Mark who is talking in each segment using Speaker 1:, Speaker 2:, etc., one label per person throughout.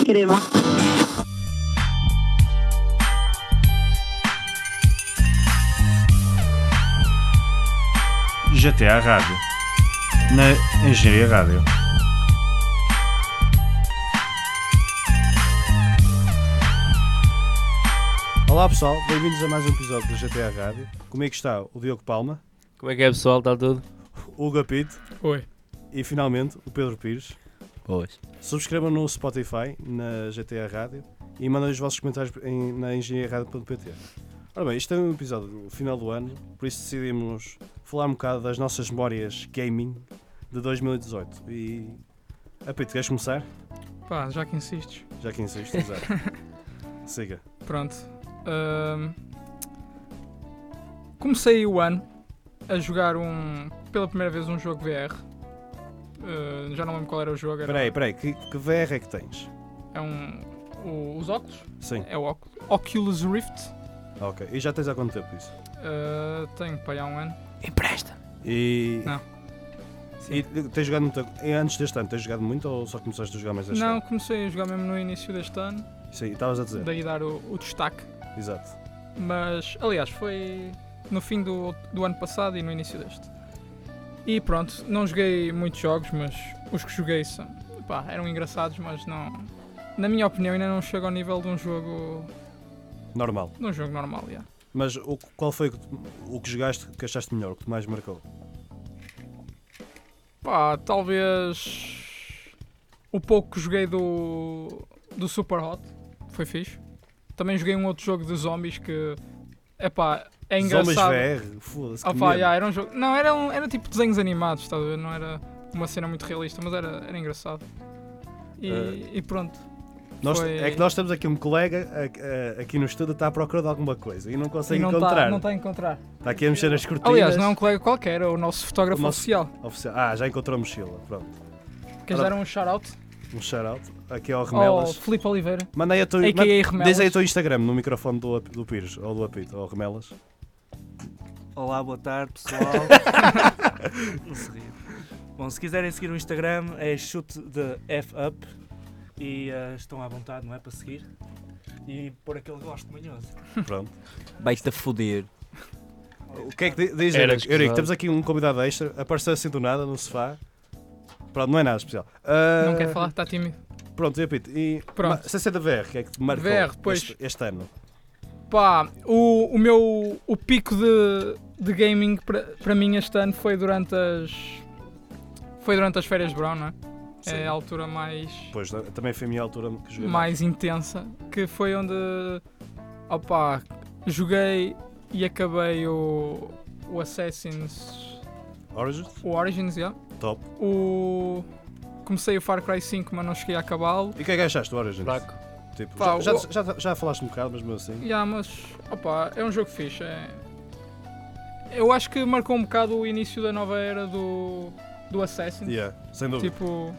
Speaker 1: incrível.
Speaker 2: GTA Rádio. Na Engenharia Rádio. Olá pessoal, bem-vindos a mais um episódio do GTA Rádio. Como é que está o Diogo Palma,
Speaker 3: Como é que é pessoal? Está tudo?
Speaker 2: o Hugo Apito
Speaker 4: Oi.
Speaker 2: e finalmente o Pedro Pires.
Speaker 5: Pois.
Speaker 2: Subscrevam no Spotify, na GTA Rádio e mandem os vossos comentários em, na engenharia.pt. Ora bem, isto é um episódio do final do ano, por isso decidimos falar um bocado das nossas memórias gaming de 2018. E. Ah, Pedro, queres começar?
Speaker 4: Pá, já que insistes.
Speaker 2: Já que insiste, exato. Siga.
Speaker 4: Pronto. Ahm, Comecei o ano a jogar um. pela primeira vez um jogo VR. Ah, já não lembro qual era o jogo. Era,
Speaker 2: Espera aí, espera aí, que, que VR é que tens?
Speaker 4: É um. o- os óculos?
Speaker 2: Sim,
Speaker 4: É o óculos. Oculus Rift. É.
Speaker 2: ok. E já tens há quanto tempo isso?
Speaker 4: Ah, tenho, pá, há um ano.
Speaker 3: Empresta!
Speaker 2: E.
Speaker 4: Não.
Speaker 2: E tens jogado muito. e Antes deste ano, tens jogado muito ou só começaste a jogar mais este
Speaker 4: não,
Speaker 2: ano?
Speaker 4: comecei a jogar mesmo no início deste ano.
Speaker 2: Sim, estavas a dizer.
Speaker 4: Daí dar o, o destaque.
Speaker 2: Exato.
Speaker 4: Mas, aliás, foi no fim do, do ano passado e no início deste. E pronto, não joguei muitos jogos, mas os que joguei são, pá, eram engraçados, mas não. Na minha opinião, ainda não chega ao nível de um jogo.
Speaker 2: Normal.
Speaker 4: de um jogo normal, já.
Speaker 2: Mas o, qual foi o que te- o que jogaste que achaste melhor, o que te mais marcou?
Speaker 4: Pá, talvez. o pouco que joguei do. do Super Hot, foi fixe. Também joguei um outro jogo de zombies que. é pá, é engraçado.
Speaker 2: Zombies VR, foda-se.
Speaker 4: Ah
Speaker 2: que
Speaker 4: pá,
Speaker 2: medo.
Speaker 4: yeah, era um jogo. Não, era, um, era tipo desenhos animados, estás a ver? Não era uma cena muito realista, mas era, era engraçado. E,
Speaker 2: Eh,
Speaker 4: e pronto.
Speaker 2: Nós-
Speaker 4: foi-
Speaker 2: É que nós temos aqui um colega a- a- aqui no estudo está à procura de alguma coisa e não
Speaker 4: E
Speaker 2: consegue
Speaker 4: não
Speaker 2: encontrar.
Speaker 4: Tá, não está a encontrar.
Speaker 2: Está aqui a mexer nas cortinas.
Speaker 4: Aliás, não é um colega qualquer, é o nosso fotógrafo
Speaker 2: O nosso-
Speaker 4: oficial.
Speaker 2: Oficial- Ah, já encontrou a mochila. Pronto.
Speaker 4: Queres dar um shout-out
Speaker 2: Um shout-out. Aqui ao
Speaker 4: ao
Speaker 2: Remelas.
Speaker 4: Filipe Oliveira,
Speaker 2: Manda aí a tua...
Speaker 4: a.k.a.
Speaker 2: manda-
Speaker 4: Remelas.
Speaker 2: Diz aí o teu Instagram no microfone do, Ap- do Pires ou do Apito ou Remelas.
Speaker 5: Olá, boa tarde, pessoal. Não se ria. Bom, se quiserem seguir o Instagram é chute de F up e ah, estão à vontade, não é? Para seguir e pôr aquele gosto manhoso.
Speaker 2: Pronto.
Speaker 3: Vai-te a foder.
Speaker 2: o que é que di- diz,
Speaker 3: Era
Speaker 2: Eurico?
Speaker 3: escusado.
Speaker 2: Eurico, temos aqui um convidado extra. Apareceu assim do nada no sofá. Pronto, não é nada especial. Ah,
Speaker 4: não quer falar, está tímido.
Speaker 2: Pronto, eu repito. E
Speaker 4: Pronto.
Speaker 2: Ma- sem ser da VR, que é que te marcou
Speaker 4: VR, pois.
Speaker 2: este, este ano?
Speaker 4: Pá, o, o meu o pico de, de gaming para para mim este ano foi durante as. Foi durante as férias de verão, não é? É a altura mais.
Speaker 2: Pois, da- é? também foi a minha altura que joguei.
Speaker 4: mais intensa, que foi onde opa, joguei e acabei o, o Assassin's
Speaker 2: Origins,
Speaker 4: o Origins, yeah.
Speaker 2: top.
Speaker 4: o comecei o Far Cry 5, mas não cheguei a acabá-lo.
Speaker 2: E o que é que achaste do Origins?
Speaker 3: Fraco.
Speaker 2: Tipo,
Speaker 4: Pá,
Speaker 2: já,
Speaker 4: o-
Speaker 2: já, já, já falaste um bocado, mas mesmo assim.
Speaker 4: Yeah, mas opa, é um jogo fixe. é- Eu acho que marcou um bocado o início da nova era do, do Assassin's.
Speaker 2: Yeah, sem dúvida.
Speaker 4: Tipo,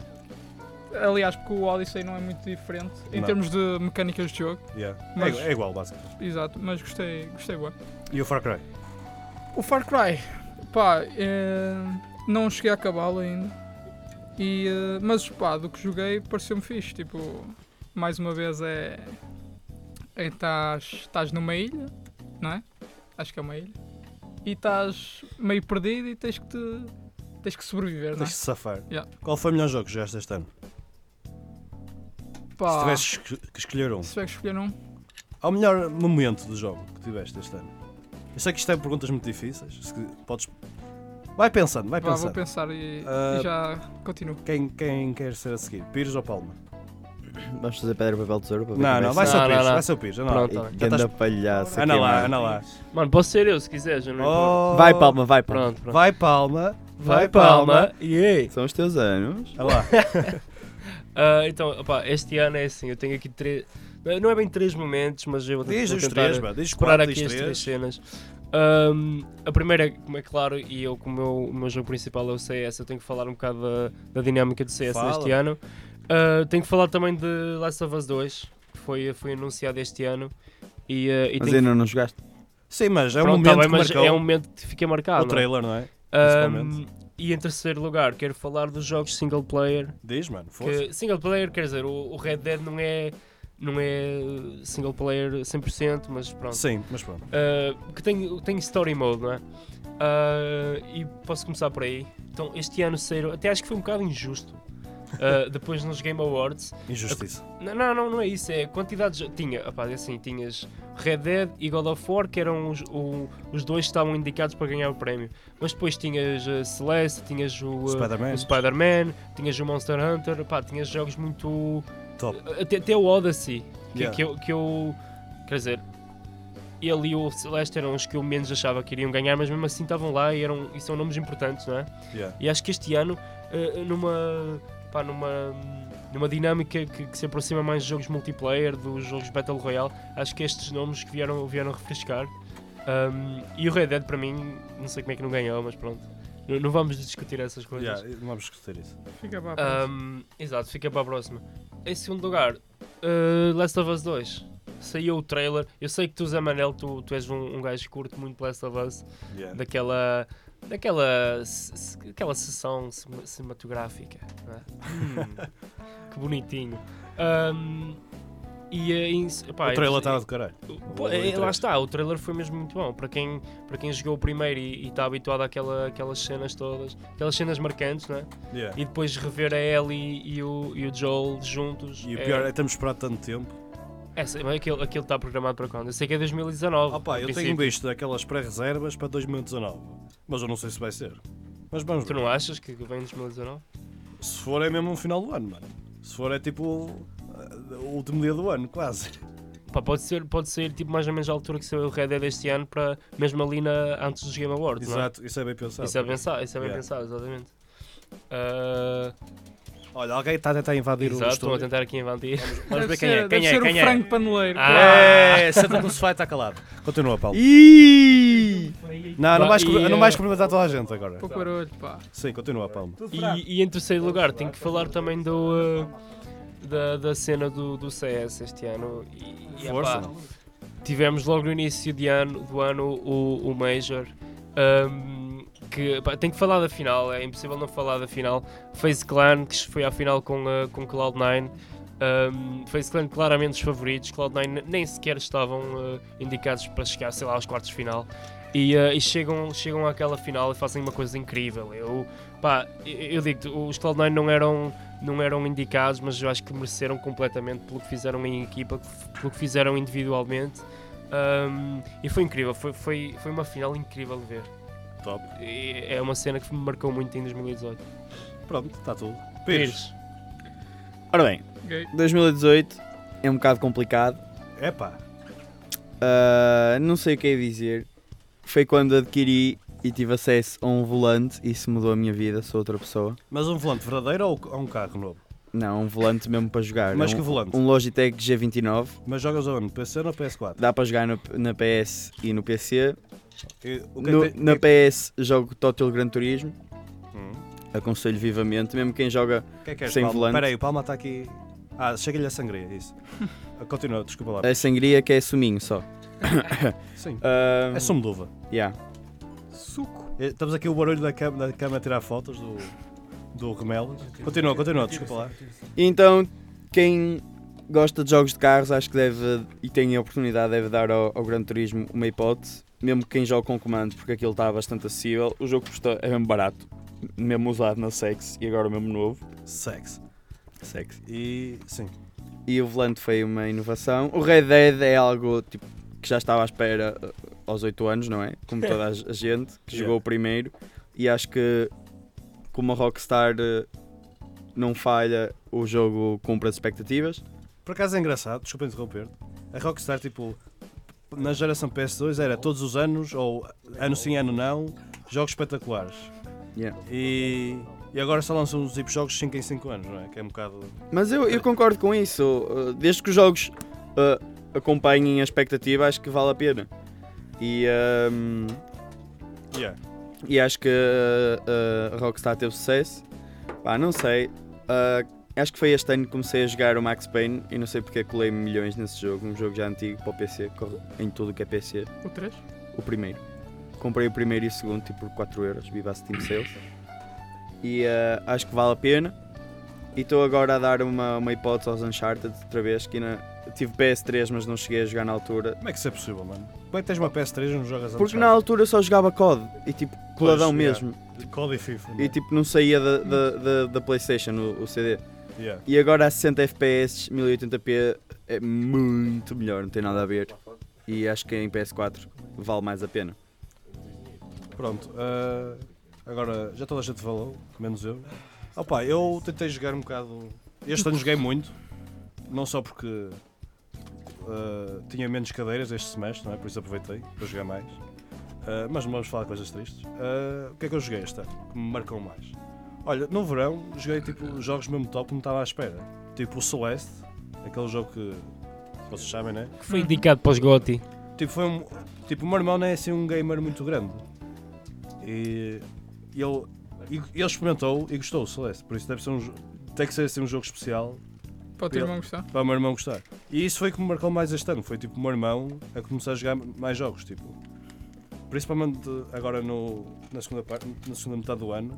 Speaker 4: aliás, porque o Odyssey não é muito diferente em
Speaker 2: Não.
Speaker 4: termos de mecânicas de jogo,
Speaker 2: yeah. É
Speaker 4: Tipo, mas-
Speaker 2: igu- é, igual, basicamente.
Speaker 4: exato, mas gostei, gostei bué.
Speaker 2: E o Far Cry?
Speaker 4: O Far Cry, pá, eh, não cheguei a acabá-lo ainda. E, eh, mas pá, do que joguei pareceu-me fixe. Tipo, mais uma vez é. é Estás estás numa ilha, não é? Acho que é uma ilha. E estás meio perdido e tens que te. tens que sobreviver, não é?
Speaker 2: Deixa-te safar.
Speaker 4: Yeah.
Speaker 2: Qual foi o melhor jogo que jogaste este ano?
Speaker 4: Pá,
Speaker 2: Se tivesses que- que escolher um.
Speaker 4: se tiver que escolher um.
Speaker 2: Ao melhor momento do jogo que tiveste este ano? Eu sei que isto é perguntas muito difíceis. Se que- podes... Vai pensando, vai
Speaker 4: Vá,
Speaker 2: pensando.
Speaker 4: vou pensar e,
Speaker 2: Ah.
Speaker 4: e já continuo.
Speaker 2: Quem, quem quer ser a seguir? Pires ou Palma?
Speaker 6: Vamos fazer pedra, papel, tesoura para ver é
Speaker 2: Não,
Speaker 6: quem
Speaker 2: não,
Speaker 6: vai
Speaker 2: vai
Speaker 6: ser.
Speaker 2: ser o
Speaker 3: Não,
Speaker 2: Pires,
Speaker 3: não, não.
Speaker 2: vai ser o Pires. Não,
Speaker 3: Pronto.
Speaker 6: Ei,
Speaker 3: tá bem.
Speaker 6: Ganda palhaço.
Speaker 2: Anda
Speaker 6: aqui,
Speaker 2: lá,
Speaker 6: mano.
Speaker 2: anda lá.
Speaker 3: Mano, posso ser eu se quiseres, eu não importo.
Speaker 2: Oh.
Speaker 6: Vai, palma, vai, palma.
Speaker 3: Pronto, pronto.
Speaker 2: Vai, palma. Vai, palma.
Speaker 3: Yeah.
Speaker 6: São os teus anos.
Speaker 2: Olha lá.
Speaker 3: Ah, então, opá, este ano é assim, eu tenho aqui três... Não é- Não é bem três momentos, mas eu vou tentar...
Speaker 2: Diz os
Speaker 3: tentar
Speaker 2: três, bro. Diz os
Speaker 3: Explorar
Speaker 2: quatro,
Speaker 3: aqui
Speaker 2: diz
Speaker 3: as
Speaker 2: três.
Speaker 3: três cenas. Ahm, a primeira, como é claro, e eu, como o meu, o meu jogo principal é o CS, eu tenho que falar um bocado da, da dinâmica do CS
Speaker 2: Fala.
Speaker 3: neste ano. Ah, tenho que falar também de Last of Us 2, que foi, foi anunciado este ano. E, ah, e
Speaker 6: Mas
Speaker 3: tenho-
Speaker 6: ainda não jogaste.
Speaker 2: Sim, mas é um
Speaker 3: Pronto, tá
Speaker 2: momento
Speaker 3: bem,
Speaker 2: que
Speaker 3: mas
Speaker 2: marcou
Speaker 3: é um momento que fica marcado.
Speaker 2: o
Speaker 3: não é?
Speaker 2: trailer, não é?
Speaker 3: Ahm,
Speaker 2: principalmente.
Speaker 3: E em terceiro lugar, quero falar dos jogos single player.
Speaker 2: Diz, mano, força.
Speaker 3: Que single player, quer dizer, o, o Red Dead não é, não é single player 100%, mas pronto.
Speaker 2: Sim, mas pronto.
Speaker 3: Uh, que tem, tem story mode, não é? Uh, e posso começar por aí. Então, este ano saíram, até acho que foi um bocado injusto. uh, depois nos Game Awards,
Speaker 2: Injustiça.
Speaker 3: não, não, não, não é isso, é a quantidade de jo- tinha, opá, é assim, tinhas Red Dead e God of War, que eram os, o- os dois que estavam indicados para ganhar o prémio, mas depois tinhas uh, Celeste, tinhas o, uh,
Speaker 2: Spider-Man.
Speaker 3: o Spider-Man, tinhas o Monster Hunter, pá, tinhas jogos muito...
Speaker 2: Top.
Speaker 3: Até, até o Odyssey, que,
Speaker 2: Yeah.
Speaker 3: que eu, que eu- quer dizer, ele e o Celeste eram os que eu menos achava que iriam ganhar, mas mesmo assim estavam lá e, eram, e são nomes importantes, não é?
Speaker 2: Yeah.
Speaker 3: E acho que este ano, eh, numa, pá, numa, numa dinâmica que, que se aproxima mais dos jogos multiplayer, dos jogos Battle Royale, acho que estes nomes que vieram, vieram refrescar. Ahm, e o Red Dead, para mim, não sei como é que não ganhou, mas pronto. N- Não vamos discutir essas coisas.
Speaker 2: Yeah, vamos discutir isso.
Speaker 4: Fica
Speaker 1: ah,
Speaker 4: para a próxima.
Speaker 3: Ahm, exato, fica para a próxima. Em segundo lugar, eh, Last of Us 2. Saiu o trailer. Eu sei que tu, Zé Manel, tu, tu és um, um gajo que curte muito Last of Us
Speaker 2: Yeah.
Speaker 3: daquela daquela se- se- aquela sessão cima- cinematográfica não é? Hum, que bonitinho Ahm, e eh, em- epá,
Speaker 2: o trailer
Speaker 3: eu-
Speaker 2: estava do caralho.
Speaker 3: Pô,
Speaker 2: O
Speaker 3: eh,
Speaker 2: trailer. tá-
Speaker 3: lá está, o trailer foi mesmo muito bom. Para quem, para quem jogou o primeiro e e está habituado àquela, àquelas cenas todas, aquelas cenas marcantes, né?
Speaker 2: Yeah.
Speaker 3: e depois rever a Ellie e o, e o Joel juntos.
Speaker 2: E o
Speaker 3: é-
Speaker 2: pior é que temos esperado tanto tempo.
Speaker 3: é, sei, mas aquilo aquilo está programado para quando? Eu sei que é 2019.
Speaker 2: Opa,
Speaker 3: no
Speaker 2: eu tenho um
Speaker 3: princípio.
Speaker 2: visto aquelas pré-reservas para 2019. Mas eu não sei se vai ser. Mas vamos
Speaker 3: Tu
Speaker 2: ver.
Speaker 3: não achas que vem em 2019?
Speaker 2: Se for é mesmo um final do ano, mano. Se for é tipo ah, o último dia do ano, quase.
Speaker 3: Pá, pode, ser, pode sair tipo, mais ou menos à altura que saiu o Red Dead este ano, para, mesmo ali na, antes dos Game Awards. não é?
Speaker 2: Exato, isso é bem pensado.
Speaker 3: Isso é bem, sa- isso é bem
Speaker 2: Yeah.
Speaker 3: pensado, exatamente. Ah,
Speaker 2: Olha, alguém está a tentar invadir
Speaker 3: exato,
Speaker 2: o
Speaker 3: estão a
Speaker 2: estúdio.
Speaker 3: tentar aqui invadir.
Speaker 4: um Deve
Speaker 1: Vamos ver quem
Speaker 4: ser,
Speaker 1: é, quem
Speaker 4: deve
Speaker 1: é,
Speaker 4: ser
Speaker 1: quem
Speaker 4: o
Speaker 1: é.
Speaker 4: Franco Paneleiro.
Speaker 1: É, senta no sofá e está calado.
Speaker 2: Continua, Paulo.
Speaker 6: Ih!
Speaker 2: Não, não vais,
Speaker 3: E,
Speaker 2: cumpri-
Speaker 3: eh,
Speaker 2: não vais cumprimentar toda a gente agora.
Speaker 4: Pouco barulho, pá.
Speaker 2: Sim, continua, Paulo.
Speaker 3: E, e em terceiro lugar, tenho que falar também do, ah, da, da cena do, do CS este ano. E, e,
Speaker 2: Força.
Speaker 3: epá, tivemos logo no início de ano, do ano o, o Major. ahm, que, pá, tenho que falar da final, é impossível não falar da final. FaZe Clan, que foi à final com, ah, com Cloud9. ahm, FaZe Clan claramente os favoritos. Cloud9 nem sequer estavam ah, indicados para chegar, sei lá, aos quartos de final. E, ah, e chegam, chegam àquela final e fazem uma coisa incrível. Eu, pá, eu, eu digo-te, os Cloud9 não eram, não eram indicados, mas eu acho que mereceram completamente pelo que fizeram em equipa, pelo que fizeram individualmente. Ahm, e foi incrível, foi, foi, foi uma final incrível de ver.
Speaker 2: Top.
Speaker 3: E é uma cena que me marcou muito em 2018.
Speaker 2: Pronto, está tudo. Pires.
Speaker 6: Ora bem,
Speaker 4: Gay.
Speaker 6: 2018 é um bocado complicado.
Speaker 2: Epá.
Speaker 6: Ah, não sei o que é dizer. Foi quando adquiri e tive acesso a um volante. Isso mudou a minha vida, sou outra pessoa.
Speaker 2: Mas um volante verdadeiro ou ou um carro novo?
Speaker 6: Não, um volante mesmo para jogar.
Speaker 2: Mas
Speaker 6: um,
Speaker 2: que volante?
Speaker 6: um Logitech G29.
Speaker 2: Mas jogas onde? PC ou na PS4?
Speaker 6: Dá para jogar no- na PS e no PC.
Speaker 2: E o que é
Speaker 6: No-
Speaker 2: que tem-
Speaker 6: na
Speaker 2: que é
Speaker 6: PS jogo Total Gran Turismo.
Speaker 2: que- Hum.
Speaker 6: Aconselho vivamente, mesmo quem joga.
Speaker 2: O que é que és,
Speaker 6: Sem
Speaker 2: Palma?
Speaker 6: volante.
Speaker 2: Espera aí, o Palma está aqui. Ah, chega-lhe a sangria, isso. Ah, Continua, desculpa lá.
Speaker 6: A sangria que é suminho só.
Speaker 2: Sim.
Speaker 6: Ah,
Speaker 2: É sumo de uva.
Speaker 6: yeah.
Speaker 4: Suco.
Speaker 2: Eh, Estamos aqui o barulho da cama, da cama a tirar fotos do, do Remelas. Continua, continua, desculpa lá.
Speaker 6: Então, quem gosta de jogos de carros, acho que deve e tem a oportunidade, deve dar ao, ao Gran Turismo uma hipótese, mesmo quem joga com comando, porque aquilo está bastante acessível. O jogo custa é mesmo barato, mesmo usado na Sex e agora mesmo novo.
Speaker 2: Sexo.
Speaker 6: Sex.
Speaker 2: E. Sim.
Speaker 6: E o volante foi uma inovação. O Red Dead é algo tipo, que já estava à espera eh, aos 8 anos, não é? Como toda a g- a gente que jogou o primeiro. E acho que como a Rockstar eh, não falha, o jogo cumpre as expectativas.
Speaker 2: Por acaso é engraçado, desculpa interromper-te. A Rockstar, tipo, na geração PS2 era todos os anos, ou ano sim, ano não, jogos espetaculares.
Speaker 6: Yeah.
Speaker 2: E, e agora só lançam tipo jogos 5 em 5 anos, não é? Que é um bocado.
Speaker 6: Mas eu, eu concordo com isso. Uh, Desde que os jogos uh, acompanhem a expectativa, acho que vale a pena. E, um,
Speaker 2: Yeah.
Speaker 6: e acho que uh, uh, a Rockstar teve sucesso. Pá, não sei. Uh, acho que foi este ano que comecei a jogar o Max Payne e não sei porque é colei milhões nesse jogo. Um jogo já antigo para o PC, corre em tudo o que é PC.
Speaker 4: O 3?
Speaker 6: O primeiro. Comprei o primeiro e o segundo, tipo, por 4€, viva a Steam Sales. e eh, acho que vale a pena. E estou agora a dar uma, uma hipótese aos Uncharted outra vez, que ainda tive PS3 mas não cheguei a jogar na altura.
Speaker 2: Como é que isso é possível, mano? Como é que tens uma PS3 e não jogas
Speaker 6: Porque na
Speaker 2: Uncharted?
Speaker 6: altura só jogava COD e tipo coladão
Speaker 2: yeah.
Speaker 6: mesmo.
Speaker 2: Code e FIFA.
Speaker 6: E tipo não saía da, da, da, da Playstation o, o CD.
Speaker 2: mano. Yeah.
Speaker 6: E agora a 60 FPS, 1080p é muito melhor, não tem nada a ver. E acho que em PS4 vale mais a pena.
Speaker 2: Pronto, ah, agora já toda a gente falou, menos eu. Opa, eu tentei jogar um bocado. Este ano joguei muito, não só porque ah, tinha menos cadeiras este semestre, não é? Por isso aproveitei para jogar mais. Ah, mas não vamos falar de coisas tristes. Ah, o que é que eu joguei este ano? Que me marcou mais? Olha, no verão joguei tipo jogos mesmo top que não estava à espera. Tipo o Celeste, aquele jogo que vocês sabem, né?
Speaker 3: Que foi indicado para os GOTY.
Speaker 2: Tipo, foi um, tipo, o meu irmão não é assim um gamer muito grande. E ele, e- ele experimentou e gostou, o Celeste. Por isso deve ser um, jo- tem que ser assim um jogo especial
Speaker 4: Para o teu
Speaker 2: Ele-
Speaker 4: irmão gostar.
Speaker 2: para o meu irmão gostar. E isso foi o que me marcou mais este ano. Foi tipo o meu irmão a começar a jogar mais jogos. Tipo, principalmente agora no, na, segunda parte, na segunda metade do ano.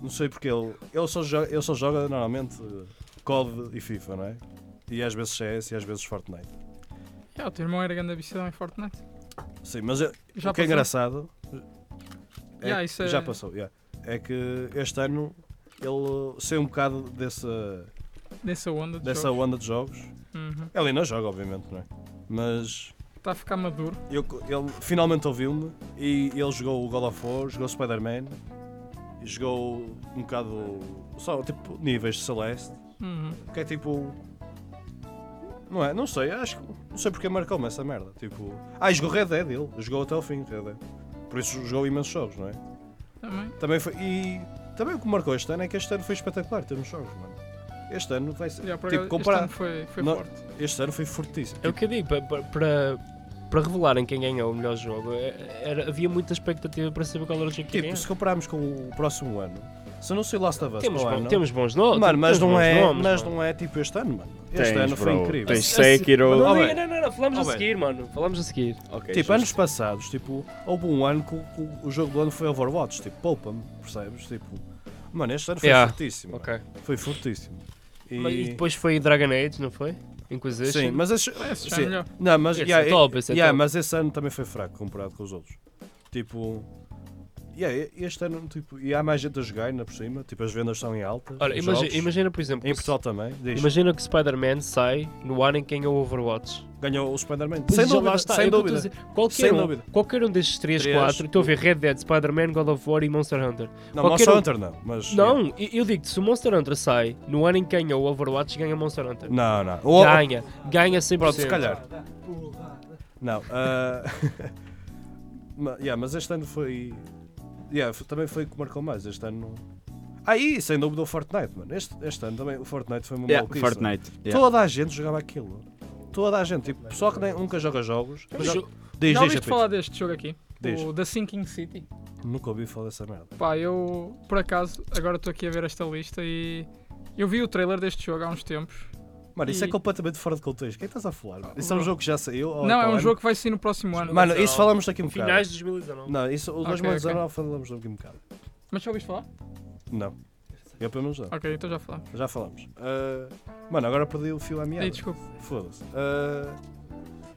Speaker 2: Não sei porque ele, ele, só joga, ele só joga normalmente eh, COD e FIFA, não é? E às vezes CS e às vezes Fortnite.
Speaker 4: É, o teu irmão era grande viciado em Fortnite.
Speaker 2: Sim, mas eu-
Speaker 4: é? Já
Speaker 2: o que é
Speaker 4: passou.
Speaker 2: engraçado
Speaker 4: Yeah, isso é-
Speaker 2: já passou, yeah. é que este ano ele saiu um bocado dessa,
Speaker 4: Dessa onda de
Speaker 2: dessa
Speaker 4: jogo.
Speaker 2: onda de jogos.
Speaker 4: Uhum.
Speaker 2: Ele ainda joga, obviamente, não é? Mas
Speaker 4: Está a ficar maduro.
Speaker 2: eu- ele finalmente ouviu-me e ele jogou o God of War, jogou Spider-Man, e jogou um bocado só tipo níveis de Celeste,
Speaker 4: Uhum.
Speaker 2: que é tipo. Não é? Não sei, acho que. Não sei porque marcou-me essa merda. Tipo. Ah, e jogou Red Dead ele, jogou até ao fim, Red Dead. Por isso jogou imensos jogos, não é?
Speaker 4: Também.
Speaker 2: Também foi, e também o que me marcou este ano é que este ano foi espetacular, temos jogos, mano. Este ano vai ser.
Speaker 4: Já, por
Speaker 2: tipo,
Speaker 4: acaso,
Speaker 2: comparado.
Speaker 4: Este ano foi, foi
Speaker 2: Não-
Speaker 4: forte.
Speaker 2: Este ano foi fortíssimo.
Speaker 3: É o que eu digo, pa- pa- para, para revelarem quem ganhou o melhor jogo, é- era- havia muita expectativa para saber qual era o jogo que
Speaker 2: Tipo,
Speaker 3: ia
Speaker 2: se
Speaker 3: ganhar.
Speaker 2: compararmos com o próximo ano, se eu não sei Last of Us
Speaker 3: Temos,
Speaker 2: para o
Speaker 3: bom-
Speaker 2: ano,
Speaker 3: temos bons nomes.
Speaker 2: mano, mas,
Speaker 3: temos
Speaker 2: não
Speaker 3: bons
Speaker 2: é,
Speaker 3: nomes,
Speaker 2: mas
Speaker 3: mano.
Speaker 2: não é tipo este ano, mano. Este
Speaker 6: Tens,
Speaker 2: ano foi
Speaker 6: bro,
Speaker 2: incrível.
Speaker 6: tens.
Speaker 3: A se-
Speaker 6: Sekiro. Ah,
Speaker 3: Não,
Speaker 2: Oh,
Speaker 3: diga-
Speaker 2: bem.
Speaker 3: não, não, não, falamos
Speaker 2: Oh,
Speaker 3: a
Speaker 2: bem.
Speaker 3: seguir, mano. Falamos a seguir.
Speaker 6: Ok,
Speaker 2: Tipo,
Speaker 6: justo.
Speaker 2: anos passados, tipo, houve um ano que o, que o jogo do ano foi Overwatch, tipo, poupa-me, percebes? Tipo, mano, este ano foi
Speaker 3: Yeah.
Speaker 2: fortíssimo. mano.
Speaker 3: Ok.
Speaker 2: Foi fortíssimo. E,
Speaker 3: Mas- E depois foi Dragon Age, não foi? Inquisition.
Speaker 2: Sim, mas este,
Speaker 4: Esse já é
Speaker 2: sim.
Speaker 4: melhor.
Speaker 2: Não, mas,
Speaker 3: Esse
Speaker 2: yeah,
Speaker 3: é top,
Speaker 2: eh,
Speaker 3: esse é
Speaker 2: yeah,
Speaker 3: top.
Speaker 2: mas esse ano também foi fraco comparado com os outros. Tipo, yeah, e- este ano, tipo, e há mais gente a jogar ainda por cima, tipo, as vendas estão em alta.
Speaker 3: Olha,
Speaker 2: os
Speaker 3: imagina,
Speaker 2: jogos.
Speaker 3: imagina, por exemplo,
Speaker 2: Em
Speaker 3: que-
Speaker 2: Portugal também, diz.
Speaker 3: imagina que Spider-Man sai no ano em que ganha o Overwatch.
Speaker 2: ganhou o Spider-man.
Speaker 3: Pois
Speaker 2: Sem
Speaker 3: já lá
Speaker 2: dúvida,
Speaker 3: está,
Speaker 2: sem
Speaker 3: é o que eu
Speaker 2: dúvida.
Speaker 3: estou a dizer. Qualquer,
Speaker 2: Sem
Speaker 3: um,
Speaker 2: dúvida.
Speaker 3: qualquer um destes 3,
Speaker 2: Três,
Speaker 3: 4, estou a ver Red Dead, Spider-Man, God of War e Monster Hunter.
Speaker 2: Não,
Speaker 3: Qualquer
Speaker 2: Monster
Speaker 3: um.
Speaker 2: Hunter não, mas...
Speaker 3: Não, eu- eu digo-te, se o Monster Hunter sai no ano em que ganha o Overwatch, ganha Monster Hunter.
Speaker 2: Não, não. Ou-
Speaker 3: Ganha, ganha
Speaker 2: Pronto, se
Speaker 3: 100%.
Speaker 2: calhar. Não. ah, ma- yeah, mas este ano foi. Yeah, foi- também foi o que marcou mais. Este ano. Ah, e sem dúvida o Fortnite, mano. Este, este ano também o Fortnite foi um uma
Speaker 6: Yeah,
Speaker 2: maluquice.
Speaker 6: Fortnite. yeah.
Speaker 2: Toda a gente jogava aquilo. Toda a gente. Tipo, pessoal que nem- nunca joga jogos.
Speaker 3: Mas
Speaker 2: mas joga-
Speaker 3: eu-
Speaker 2: Diz,
Speaker 4: Já
Speaker 2: diz,
Speaker 4: ouviste
Speaker 2: Apito.
Speaker 4: falar deste jogo aqui?
Speaker 2: Diz.
Speaker 4: O The Sinking City?
Speaker 2: Nunca ouvi falar dessa merda.
Speaker 4: Pá, eu por acaso agora estou aqui a ver esta lista e eu vi o trailer deste jogo há uns tempos.
Speaker 2: Mano, isso é
Speaker 4: E-
Speaker 2: completamente fora de contexto. O que é que estás a falar? mano? Isso é um
Speaker 4: bro.
Speaker 2: jogo que já saiu. ou
Speaker 4: não,
Speaker 2: para
Speaker 4: é
Speaker 2: o
Speaker 4: um
Speaker 2: ano?
Speaker 4: jogo que vai sair no próximo ano.
Speaker 2: Mano, isso falamos daqui um bocado.
Speaker 3: Finais de 2019.
Speaker 2: Não, isso, o
Speaker 4: Ok,
Speaker 2: 2019 falamos daqui um bocado.
Speaker 4: Mas já ouviste falar?
Speaker 2: Não. Eu pelo menos não.
Speaker 4: Ok, então já falamos.
Speaker 2: Já falamos. Ah, mano, agora perdi o fio à
Speaker 4: Ei,
Speaker 2: meada.
Speaker 4: desculpa.
Speaker 2: Foda-se. Ah,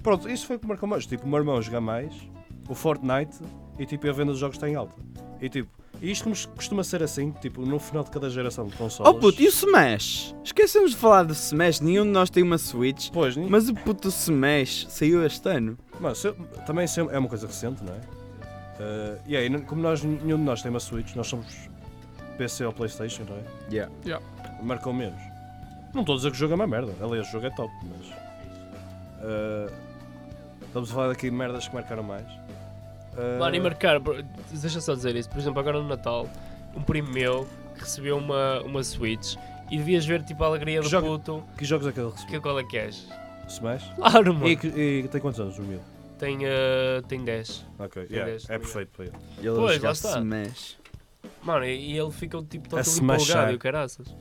Speaker 2: pronto, isso foi o que marcou mais. Tipo, o meu irmão joga mais, o Fortnite, e tipo, a venda dos jogos está em alta. E tipo, e isto cos- costuma ser assim, tipo, no final de cada geração de consoles.
Speaker 6: Oh puto, e o Smash? Esquecemos de falar do Smash, nenhum de nós tem uma Switch.
Speaker 2: Pois, mas,
Speaker 6: Mas o puto Smash saiu este ano.
Speaker 2: mas se- também se- é uma coisa recente, não é? Ah, e aí, como nós, nenhum de nós tem uma Switch, nós somos PC ou Playstation, não é?
Speaker 6: Yeah.
Speaker 2: marcam menos. Não estou a dizer que o jogo é uma merda, aliás, o jogo é top, mas. Ah, estamos a falar aqui de merdas que marcaram mais. Ah,
Speaker 3: Mano, e marcar, bro, deixa só dizer isso. Por exemplo, agora no Natal, um primo meu que recebeu uma, uma Switch e devias ver tipo a alegria do
Speaker 2: Joga-
Speaker 3: puto.
Speaker 2: Que jogos é que ele recebeu?
Speaker 3: Que cola que és?
Speaker 2: Smash?
Speaker 3: Claro, mano.
Speaker 2: E, que- e tem quantos anos? Um mil?
Speaker 3: Tem, eh, tem 10.
Speaker 2: Ok,
Speaker 3: Tem
Speaker 2: yeah,
Speaker 3: dez,
Speaker 2: é
Speaker 3: tem
Speaker 2: perfeito para ele.
Speaker 6: Ele
Speaker 3: Pois,
Speaker 6: a jogar
Speaker 3: lá está.
Speaker 6: Smash.
Speaker 3: Mano, e e ele fica tipo todo
Speaker 2: A smashar.
Speaker 3: empolgado e o caraças.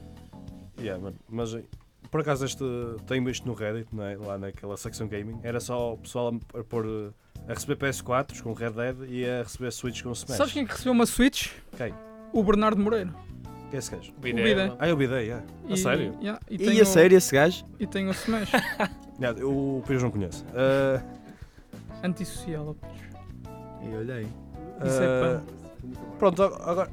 Speaker 2: Yeah, mano, mas eh, por acaso este tenho isto no Reddit, não é? lá naquela secção gaming, era só o pessoal a, pôr, eh, a receber PS4s com Red Dead e a receber Switch com Smash.
Speaker 4: Sabes quem é que recebeu uma Switch?
Speaker 2: Quem?
Speaker 4: O Bernardo Moreira.
Speaker 2: Quem é esse gajo?
Speaker 3: Bidé.
Speaker 4: O Bidé.
Speaker 3: mano.
Speaker 2: Ah, eu bidei, é.
Speaker 4: E-
Speaker 2: sério?
Speaker 4: yeah, e,
Speaker 6: E
Speaker 4: tem
Speaker 6: a
Speaker 4: o-
Speaker 6: sério, esse gajo?
Speaker 4: E tem o Smash.
Speaker 2: Não, eu- O Pires não conhece. Ah,
Speaker 4: Antissocial, ó, putos.
Speaker 6: E olha aí.
Speaker 4: Isso é
Speaker 2: ah, Pronto, agora.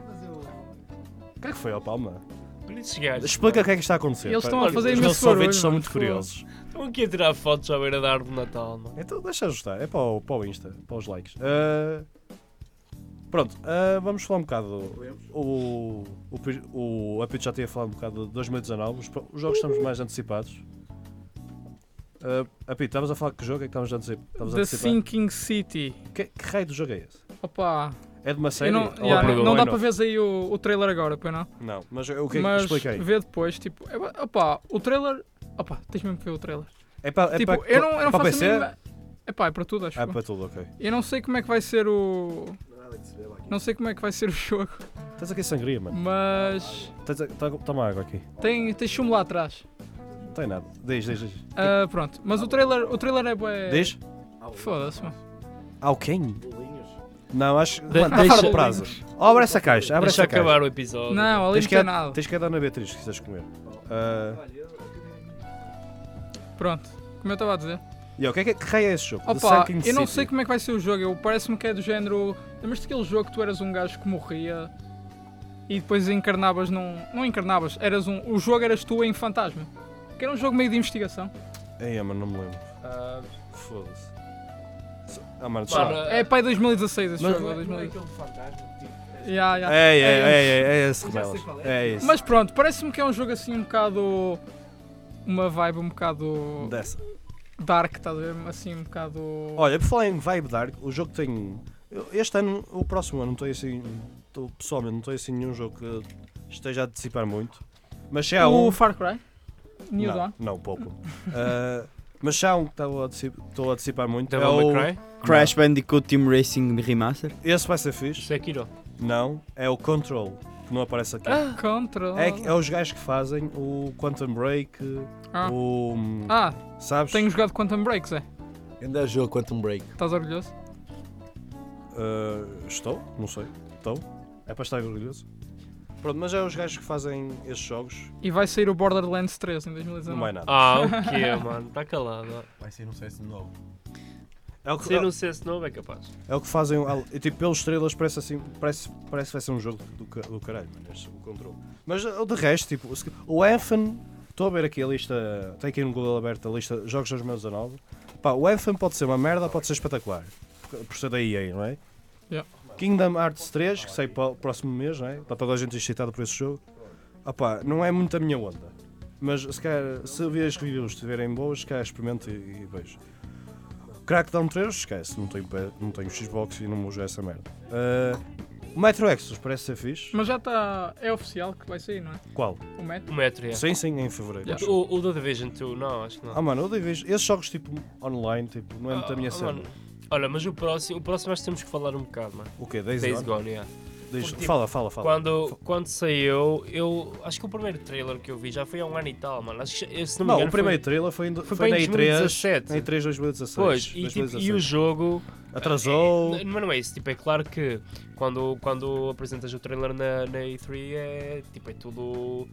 Speaker 2: O que é que foi, ó Palma?
Speaker 3: Bonitos gajos.
Speaker 2: Explica o que é que está a acontecer.
Speaker 4: Eles estão
Speaker 2: pá.
Speaker 4: a fazer
Speaker 2: Os
Speaker 4: imenso
Speaker 2: nossos ouvintes
Speaker 4: barulho,
Speaker 2: são
Speaker 4: mano,
Speaker 2: muito
Speaker 4: foda-se.
Speaker 2: curiosos.
Speaker 3: Estão aqui a tirar fotos à beira da árvore de Natal, mano.
Speaker 2: Então deixa ajustar, é para o, para o Insta, para os likes. Ah, pronto, ah, vamos falar um bocado. O, o, Pir- o Apito já tinha falado um bocado de 2019, os, pro- os jogos estamos mais antecipados. Ah, Apito, estavas a falar que jogo é que estamos a anteci- estavas a
Speaker 4: The
Speaker 2: antecipar?
Speaker 4: Sinking City.
Speaker 2: Que, que raio de jogo é esse?
Speaker 4: Opa,
Speaker 2: É de uma
Speaker 4: eu
Speaker 2: série?
Speaker 4: não,
Speaker 2: Ou é
Speaker 4: yeah,
Speaker 3: Obrigado.
Speaker 4: não dá
Speaker 2: novo?
Speaker 4: para ver aí o, o trailer agora, pois não?
Speaker 2: Não, mas o que é que
Speaker 4: Mas
Speaker 2: expliquei?
Speaker 4: vê depois, tipo, é, ba- opa, o trailer. Opa, tens mesmo que ver o trailer.
Speaker 2: É para, é
Speaker 4: tipo,
Speaker 2: para,
Speaker 4: eu não, eu não
Speaker 2: para
Speaker 4: faço
Speaker 2: PC?
Speaker 4: a mínima. É pá, é para tudo, acho.
Speaker 2: Ah,
Speaker 4: eu.
Speaker 2: para tudo, ok.
Speaker 4: Eu não sei como é que vai ser o. Não sei como é que vai ser o jogo,
Speaker 2: Tens aqui sangria, mano.
Speaker 4: mas.
Speaker 2: Tens, tá, toma água aqui.
Speaker 4: Tem, tem chumbo lá atrás.
Speaker 2: Não tem nada. Diz, diz, diz.
Speaker 4: Ah, pronto, mas o trailer, o trailer é bué.
Speaker 2: Diz?
Speaker 4: Foda-se, mano.
Speaker 2: Ao quem? Não, acho.
Speaker 3: De-
Speaker 2: Mano, está fora do
Speaker 3: deixa-
Speaker 2: prazo. Abre essa caixa, abre
Speaker 3: Deixa
Speaker 2: essa caixa.
Speaker 3: acabar o episódio.
Speaker 4: Não, ali
Speaker 2: Tens
Speaker 4: não
Speaker 2: que, é-
Speaker 4: tem
Speaker 2: a,
Speaker 4: nada.
Speaker 2: tens que a dar na Beatriz se quiseres comer. Ah,
Speaker 4: Pronto, como eu estava a dizer.
Speaker 2: e o que é que, que raio é esse jogo? The
Speaker 4: Opa,
Speaker 2: Sinking
Speaker 4: eu não
Speaker 2: City.
Speaker 4: sei como é que vai ser o jogo. Eu Parece-me que é do género. Lembras-te daquele jogo que tu eras um gajo que morria e depois encarnavas num. Não encarnavas, eras um. O jogo eras tu em fantasma. Que era um jogo meio de investigação.
Speaker 2: Ei, mano, não me lembro.
Speaker 3: Ah,
Speaker 2: Foda-se. So- Ah, mano,
Speaker 3: Mano, eh,
Speaker 2: só.
Speaker 4: É pai 2016 esse
Speaker 2: Mas-
Speaker 4: jogo. é
Speaker 5: Não é
Speaker 4: 2016.
Speaker 5: aquele fantasma, tipo.
Speaker 4: Yeah, yeah.
Speaker 2: Ei, ei, ei,
Speaker 4: é-
Speaker 2: ei, é esse
Speaker 5: Eu já sei
Speaker 2: rebelas.
Speaker 5: qual é.
Speaker 2: É esse.
Speaker 4: Mas pronto, parece-me que é um jogo assim um bocado. Uma vibe um bocado.
Speaker 2: Dessa.
Speaker 4: Dark, estás a ver? Assim um bocado.
Speaker 2: Olha, por falar em Vibe Dark, o jogo tem. eu- Este ano, o próximo ano, não tenho assim. tô- pessoalmente, não tenho assim nenhum jogo que esteja a dissipar muito. Mas se há
Speaker 4: o
Speaker 2: um.
Speaker 4: Far Cry? New Dawn?
Speaker 2: Não, não, pouco. Ah, mas se há um que estou a, dissip- tô a dissipar muito. é
Speaker 3: Devil
Speaker 2: o...
Speaker 3: May Cry?
Speaker 6: Crash Bandicoot Team Racing Remaster?
Speaker 2: Esse vai ser fixe.
Speaker 3: Sekiro.
Speaker 2: Não, é o Control, que não aparece aqui.
Speaker 4: Ah. Contra.
Speaker 2: É, que- é os gajos que fazem o Quantum Break,
Speaker 4: Ah.
Speaker 2: o.
Speaker 4: Ah,
Speaker 2: Sabes?
Speaker 4: tenho jogado Quantum Breaks, é?
Speaker 7: Ainda jogo Quantum Break.
Speaker 4: Estás orgulhoso?
Speaker 2: Ah, estou? Não sei. Estou? É para estar orgulhoso? Pronto, mas é os gajos que fazem esses jogos,
Speaker 4: E vai sair o Borderlands 3 em
Speaker 2: não
Speaker 4: 2019.
Speaker 2: vai nada.
Speaker 3: Ah, o quê, mano? Está calado.
Speaker 7: Vai ser um CS novo.
Speaker 2: É o que,
Speaker 3: Se
Speaker 2: é,
Speaker 3: não ser esse novo, é capaz.
Speaker 2: é o que fazem. é tipo, pelos estrelas parece assim. Parece, parece que vai ser um jogo do, ca- do caralho, mano, este, o Control. Mas ah, de resto, tipo, o se- o Anthem. Estou a ver aqui a lista. Tem aqui no Google aberto a lista de Jogos 2019. Pá, o Anthem pode ser uma merda, pode ser espetacular. Por, por ser da EA, não é?
Speaker 4: Yeah.
Speaker 2: Kingdom Hearts 3, que sai para o próximo mês, não é? Está toda a gente excitada por esse jogo. Ah pá, não é muito a minha onda. Mas se calhar, se vir as reviews estiverem boas, se calhar experimento e, e vejo. Crackdown 3, esquece, não tenho, pé- não tenho Xbox e não uso essa merda. Ah, Metro Exodus parece ser fixe.
Speaker 4: Mas já está. É oficial que vai sair, não é?
Speaker 2: Qual?
Speaker 4: O Metro.
Speaker 3: O Metro, é.
Speaker 2: Sim, sim, em fevereiro.
Speaker 4: Yeah.
Speaker 2: acho.
Speaker 3: O, o da Division 2, não, acho que não.
Speaker 2: Ah mano, eu dei vez. Esses jogos tipo online, tipo, não é muito a minha
Speaker 3: Ah,
Speaker 2: cena.
Speaker 3: mano, Olha, mas o próximo, o próximo acho que temos que falar um bocado, mano.
Speaker 2: O quê? Days
Speaker 3: Days
Speaker 2: Gone?
Speaker 3: Gone, yeah.
Speaker 2: Days-
Speaker 3: Porque, tipo,
Speaker 2: Fala, fala, fala.
Speaker 3: Quando, quando saiu, eu acho que o primeiro trailer que eu vi já foi há um ano e tal, mano. Acho que, se não me
Speaker 2: Não,
Speaker 3: engano,
Speaker 2: o primeiro
Speaker 3: foi...
Speaker 2: trailer foi, em do-
Speaker 3: foi
Speaker 2: foi na
Speaker 3: bem em
Speaker 2: E3.
Speaker 3: 2017.
Speaker 2: Na E3 2016.
Speaker 3: Pois, e, tipo,
Speaker 2: 2017.
Speaker 3: e o jogo
Speaker 2: Atrasou.
Speaker 3: N- Mas não é isso, tipo, é claro que quando, quando apresentas o trailer na, na E3 é tipo, é tudo,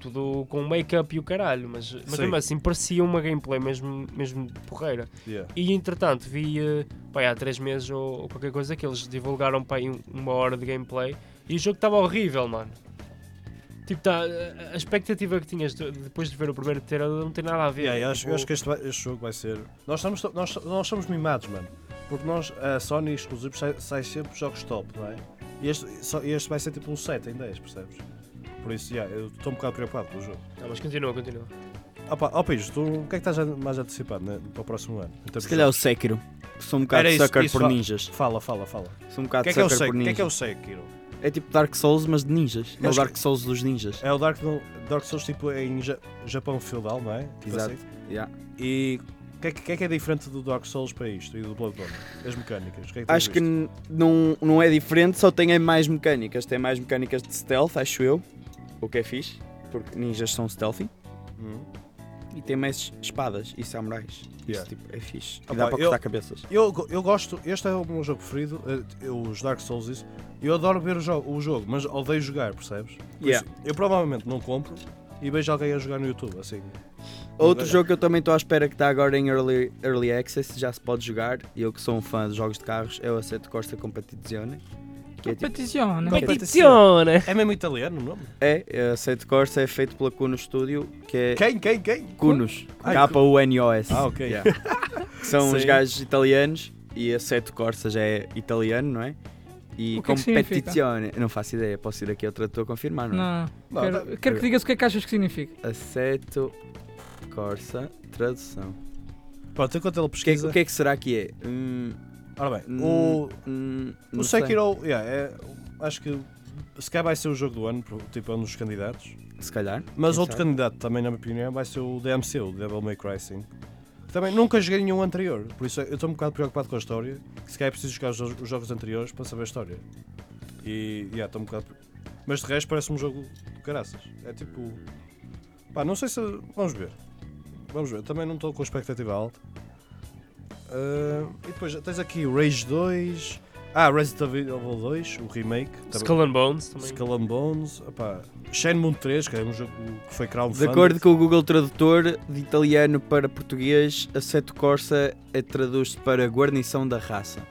Speaker 3: tudo com um make-up e o caralho, mas, mas
Speaker 2: Sim.
Speaker 3: mesmo assim parecia uma gameplay mesmo, mesmo porreira.
Speaker 2: Yeah.
Speaker 3: E entretanto vi eh, pá, há 3 meses ou, ou qualquer coisa que eles divulgaram pá, aí um- uma hora de gameplay e o jogo estava horrível, mano. Tipo, tá, a a expectativa que tinhas de- depois de ver o primeiro trailer não tem nada a ver.
Speaker 2: Yeah, eu acho, eu
Speaker 3: Tipo,
Speaker 2: acho que este, vai- este jogo vai ser. Nós estamos, to- nós, nós somos mimados, mano. Porque nós, a Sony exclusivos, sai, sai sempre jogos top, não é? E este, só- este vai ser tipo um 7 em 10, percebes? Por isso, yeah, eu estou um bocado preocupado pelo jogo.
Speaker 3: não, mas continua, continua.
Speaker 2: Ah, pá, ó Pires, tu o que é que estás a- mais antecipado né, para o próximo ano? em termos
Speaker 6: Se
Speaker 2: de
Speaker 6: calhar o
Speaker 2: jogos?
Speaker 6: Sekiro. Sou um bocado
Speaker 2: Era isso-
Speaker 6: sucker
Speaker 2: isso
Speaker 6: por
Speaker 2: fa-
Speaker 6: ninjas.
Speaker 2: Fala, fala, fala.
Speaker 6: Sou
Speaker 2: O
Speaker 6: um bocado
Speaker 2: que é que eu
Speaker 6: sucker
Speaker 2: sei?
Speaker 6: por
Speaker 2: O que é que
Speaker 6: ninjas.
Speaker 2: eu sei, Kiro?
Speaker 6: É tipo Dark Souls, mas de ninjas. É o
Speaker 2: acho
Speaker 6: Dark Souls dos ninjas.
Speaker 2: É o Dark, Dark Souls tipo em Ja- Japão feudal, não é? Tipo
Speaker 6: Exato.
Speaker 2: assim.
Speaker 6: Yeah.
Speaker 2: E o que, é que- o que é que é diferente do Dark Souls para isto e do Bloodborne? As mecânicas. o que é que tens
Speaker 6: Acho que
Speaker 2: visto?
Speaker 6: n- não, não é diferente, só tem é mais mecânicas. Tem mais mecânicas de stealth, acho eu. O que é fixe, porque ninjas são stealthy.
Speaker 2: Hum.
Speaker 6: E tem mais espadas e samurais. Isso
Speaker 2: Yeah.
Speaker 6: tipo, é fixe.
Speaker 2: Opa,
Speaker 6: e dá para
Speaker 2: eu-
Speaker 6: cortar cabeças.
Speaker 2: Eu, go- eu gosto, este é o meu jogo preferido, eh, eu- os Dark Souls isso. Eu adoro ver o, jo- o jogo, mas odeio jogar, percebes? Por
Speaker 6: Yeah.
Speaker 2: isso, eu provavelmente não compro e vejo alguém a jogar no YouTube, assim.
Speaker 6: Outro
Speaker 2: Olha.
Speaker 6: jogo que eu também estou à espera que está agora em early, early Access, já se pode jogar, e eu que sou um fã de jogos de carros, é o Assetto Corsa Competizione. Que é, tipo,
Speaker 4: Competizione.
Speaker 2: Competizione.
Speaker 3: Competizione!
Speaker 2: É mesmo italiano o nome?
Speaker 6: é, é, Assetto Corsa é feito pela Cuno Studio, que é
Speaker 2: Quem, quem, quem?
Speaker 6: Cunos,
Speaker 2: Ai,
Speaker 6: K-U-N-O-S.
Speaker 2: Ah, ok.
Speaker 6: Yeah. que são
Speaker 2: Sim.
Speaker 6: os gajos italianos, e Assetto Corsa já é italiano, não é? E
Speaker 4: O que é que significa?
Speaker 6: Competizione, não faço ideia, posso ir aqui ao tradutor confirmar, não é?
Speaker 4: Não,
Speaker 2: Não,
Speaker 4: quero,
Speaker 2: tá-
Speaker 4: quero que digas o que é que achas que significa.
Speaker 6: Assetto Corsa, tradução.
Speaker 2: Pronto, enquanto ele
Speaker 6: O que, é,
Speaker 2: pesquisa.
Speaker 6: o que é que será que é? Hum,
Speaker 2: Ora bem,
Speaker 6: hum,
Speaker 2: o,
Speaker 6: hum, não
Speaker 2: o
Speaker 6: sei.
Speaker 2: Sekiro, yeah, é, acho que se calhar vai ser o jogo do ano, pro- tipo, é um dos candidatos.
Speaker 6: Se calhar.
Speaker 2: Mas
Speaker 6: quem
Speaker 2: outro
Speaker 6: sabe?
Speaker 2: candidato também, na minha opinião, vai ser o DMC, o Devil May Cry 5. Também nunca joguei nenhum anterior, por isso eu estou um bocado preocupado com a história. Que se calhar é preciso jogar os, jo- os jogos anteriores para saber a história. E, yeah, estou um bocado. pre- Mas de resto, parece um jogo de caraças. É tipo. Pá, não sei se. Vamos ver. Vamos ver. Também não estou com a expectativa alta. Ah, e depois tens aqui o Rage 2. Ah, Resident Evil 2, o remake. Também-
Speaker 3: Skull and Bones também.
Speaker 2: Tá Skull and Bones, opá, Shenmue 3, que é um jogo que foi crowdfunded.
Speaker 6: De acordo com o Google Tradutor, de italiano para português, Assetto Corsa é traduz-se para guarnição da raça.